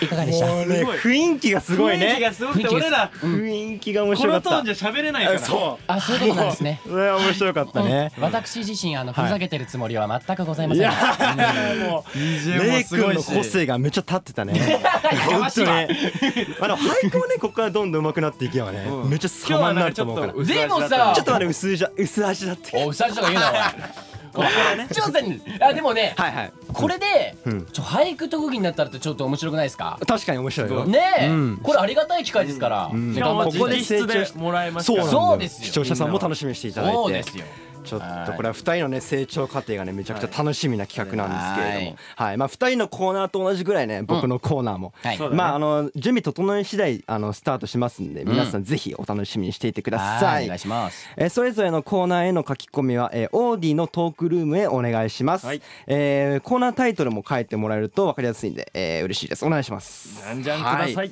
Speaker 2: いかがでした
Speaker 3: もうね
Speaker 5: すごい
Speaker 3: 雰囲気がすごい
Speaker 5: 雰囲気
Speaker 3: ね
Speaker 5: がすごくて俺ら
Speaker 3: 雰囲気が面
Speaker 5: こ
Speaker 3: 白か
Speaker 5: の
Speaker 3: っ
Speaker 5: ト
Speaker 3: た
Speaker 5: ーンじゃ喋れないから
Speaker 3: そう
Speaker 2: あそういうことなんですね
Speaker 3: それは面白かったね
Speaker 2: 私自身あのふ
Speaker 3: はい
Speaker 2: ざけてるつもりは全くございま
Speaker 3: い
Speaker 2: せん
Speaker 3: や
Speaker 2: が
Speaker 3: ーもう
Speaker 5: DJ
Speaker 3: レ
Speaker 5: も
Speaker 3: イ
Speaker 5: す
Speaker 3: 君
Speaker 5: ごい
Speaker 3: の
Speaker 5: し
Speaker 3: 個性がめっちゃ立ってたね本当にまあでも俳句もねここからどんどん上手くなっていけばね
Speaker 5: うん
Speaker 3: めっちゃ様になると思うから
Speaker 5: 今日
Speaker 2: で
Speaker 5: は
Speaker 2: も
Speaker 5: なんかちょ
Speaker 2: さ
Speaker 3: ちょ
Speaker 5: っと薄味だった
Speaker 3: っとあれ薄いじゃ薄味だって
Speaker 2: おうさじとか言うなお前ちょっとねあでもね
Speaker 3: はいはい
Speaker 2: これで
Speaker 3: うん
Speaker 2: ちょ俳句特技になったらってちょっと面白くないですか
Speaker 3: 確かに面白いよ
Speaker 2: ねえ
Speaker 3: うん
Speaker 2: これありがたい機会ですから
Speaker 3: ん
Speaker 2: ね
Speaker 5: しか
Speaker 2: 頑張
Speaker 5: も
Speaker 2: っていき
Speaker 5: 直
Speaker 2: たいです
Speaker 5: 筆でもらえます
Speaker 3: そう
Speaker 5: か
Speaker 3: なん
Speaker 5: ら
Speaker 2: だ
Speaker 3: だ
Speaker 2: そう
Speaker 3: よ
Speaker 2: ですよ
Speaker 3: 視聴者さんも楽しみにしていただい
Speaker 2: そうで
Speaker 3: て
Speaker 2: すよ
Speaker 3: ちょっとこれは2人のね成長過程がねめちゃくちゃ楽しみな企画なんですけれどもはいまあ2人のコーナーと同じぐらいね僕のコーナーも
Speaker 2: はい
Speaker 5: そうだね
Speaker 3: まああの準備整い次第あのスタートしますんで皆さんぜひお楽しみにしていてくださ
Speaker 2: はいお
Speaker 3: い
Speaker 2: 願いします
Speaker 3: えーそれぞれのコーナーへの書き込みは、えー、オーディのトークルームへお願いします、
Speaker 5: はい
Speaker 3: えーコーナータイトルも書いてもらえると分かりやすいんで、えー嬉しいですお願いします
Speaker 5: なんじゃんくださ
Speaker 3: はい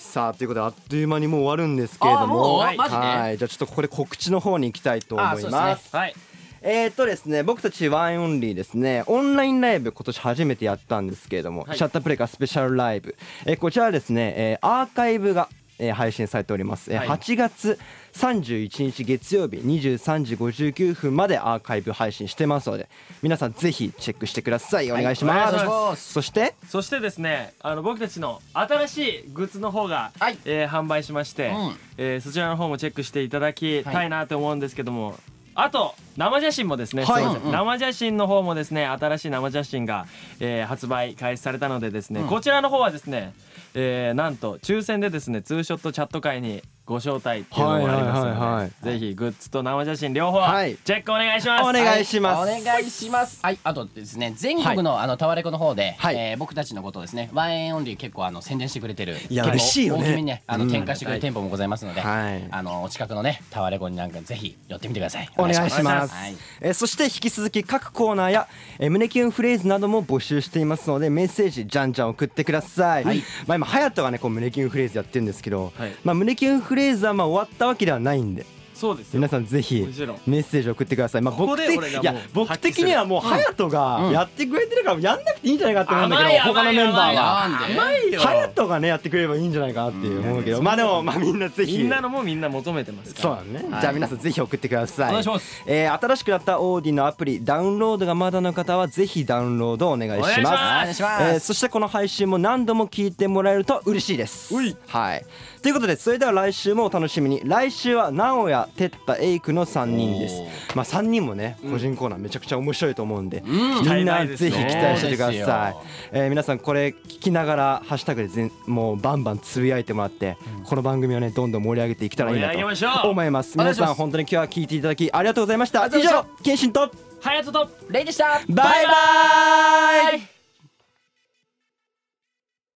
Speaker 3: さあということであっという間にもう終わるんですけれど
Speaker 2: あもう
Speaker 3: も
Speaker 2: 終わマジで
Speaker 3: はいじゃあちょっとここで告知の方に行きたいと思
Speaker 2: あそう
Speaker 3: い
Speaker 2: ですね
Speaker 3: ます
Speaker 5: はい
Speaker 3: えー、っとですね僕たちワンオンリーですねオンラインライブ今年初めてやったんですけれども、
Speaker 5: はい
Speaker 3: シャッタープレイカースペシャルライブ、えーこちらはですね、えーアーカイブが、えー配信されております、えー
Speaker 5: はい
Speaker 3: 8月31日月曜日23時59分までアーカイブ配信してますので皆さんぜひチェックしてくださいお願いします,、
Speaker 5: お願いし
Speaker 3: そして
Speaker 5: そしてですねあの僕たちの新しいグッズの方が、
Speaker 2: はい
Speaker 5: えー販売しまして、
Speaker 2: うん
Speaker 5: えーそちらの方もチェックしていただき
Speaker 2: はい
Speaker 5: たいなと思うんですけども、あと生写真もですね、
Speaker 3: はい
Speaker 5: すません
Speaker 2: うんうん
Speaker 5: 生写真の方もですね新しい生写真が、えー発売開始されたのでですね、こちらの方はですね、えーなんと抽選でですねツーショットチャット会にご招待っていうのもありま
Speaker 3: は
Speaker 5: すので、
Speaker 3: いはいはいはい
Speaker 5: ぜひグッズと生写真両方
Speaker 3: はい
Speaker 5: チェックお願いします、
Speaker 3: お願いします、
Speaker 2: はいお願いします。はい、あとですね、全国のあのタワレコの方で、
Speaker 3: はい
Speaker 2: えー僕たちのことをですね、ワンエンオンリー結構あの宣伝してくれてる。
Speaker 3: い
Speaker 2: 結
Speaker 3: や
Speaker 2: 構
Speaker 3: 嬉しいよね
Speaker 2: 大きめにね、あの
Speaker 3: うん
Speaker 2: 展開してくれる店舗もございますので、
Speaker 3: はい
Speaker 2: あのお近くのね、タワレコになんかぜひ寄ってみてください。
Speaker 3: お願いします、
Speaker 2: はい
Speaker 3: えーそして引き続き各コーナーや、えー胸キュンフレーズなども募集していますのでメッセージじゃんじゃん送ってください、
Speaker 2: はい
Speaker 3: まあ、今隼人がねこう胸キュンフレーズやってるんですけど、
Speaker 5: はい
Speaker 3: まあ、胸キュンフレーズはまあ終わったわけではないんで
Speaker 5: そうですよ
Speaker 3: 皆さんぜひ
Speaker 5: もちろん
Speaker 3: メッセージ送ってください。まあ
Speaker 5: ここ
Speaker 3: 僕
Speaker 5: で
Speaker 3: 的
Speaker 5: 俺が
Speaker 3: いや
Speaker 5: もう
Speaker 3: 僕的にはもう隼人がやってくれてるからやんなくていいんじゃないかって思うんだけど他のメンバーは。
Speaker 2: なんで
Speaker 3: 隼人がねやってくれればいいんじゃないかなっていう思うけど、まあでもまあみんなぜひ
Speaker 5: みんなのもみんな求めてますから
Speaker 3: そうだね、じゃあ皆さんぜひ送ってください
Speaker 2: お願いします、
Speaker 3: えー新しくなったオーディのアプリダウンロードがまだの方はぜひダウンロードお願いします
Speaker 5: お願いします
Speaker 2: お願いします
Speaker 3: えーそしてこの配信も何度も聞いてもらえると嬉しいです
Speaker 5: うい
Speaker 3: はいということでそれでは来週もお楽しみに来週は直哉哲太エイクの3人です
Speaker 2: おー
Speaker 3: まあ3人もね個人コーナーめちゃくちゃ面白いと思うんで、
Speaker 2: うん
Speaker 3: みんなぜひ期待しててくだ
Speaker 2: そうです
Speaker 3: さい
Speaker 2: よ、
Speaker 3: えー皆さんこれ聞きながらハッシュタグで全もうバンバンつぶやいてもらって、この番組をねどんどん盛り上げていけたらいいな
Speaker 5: 盛り上げましょ
Speaker 3: と
Speaker 5: う
Speaker 3: 思います
Speaker 2: お願
Speaker 3: 皆
Speaker 2: いします
Speaker 3: さん本当に今日は聞いていただきありがとうございました
Speaker 2: ありがとう
Speaker 3: 以
Speaker 2: ございま
Speaker 3: 上謙信と
Speaker 5: 隼人と
Speaker 2: レイでした
Speaker 3: バイバイ
Speaker 5: イ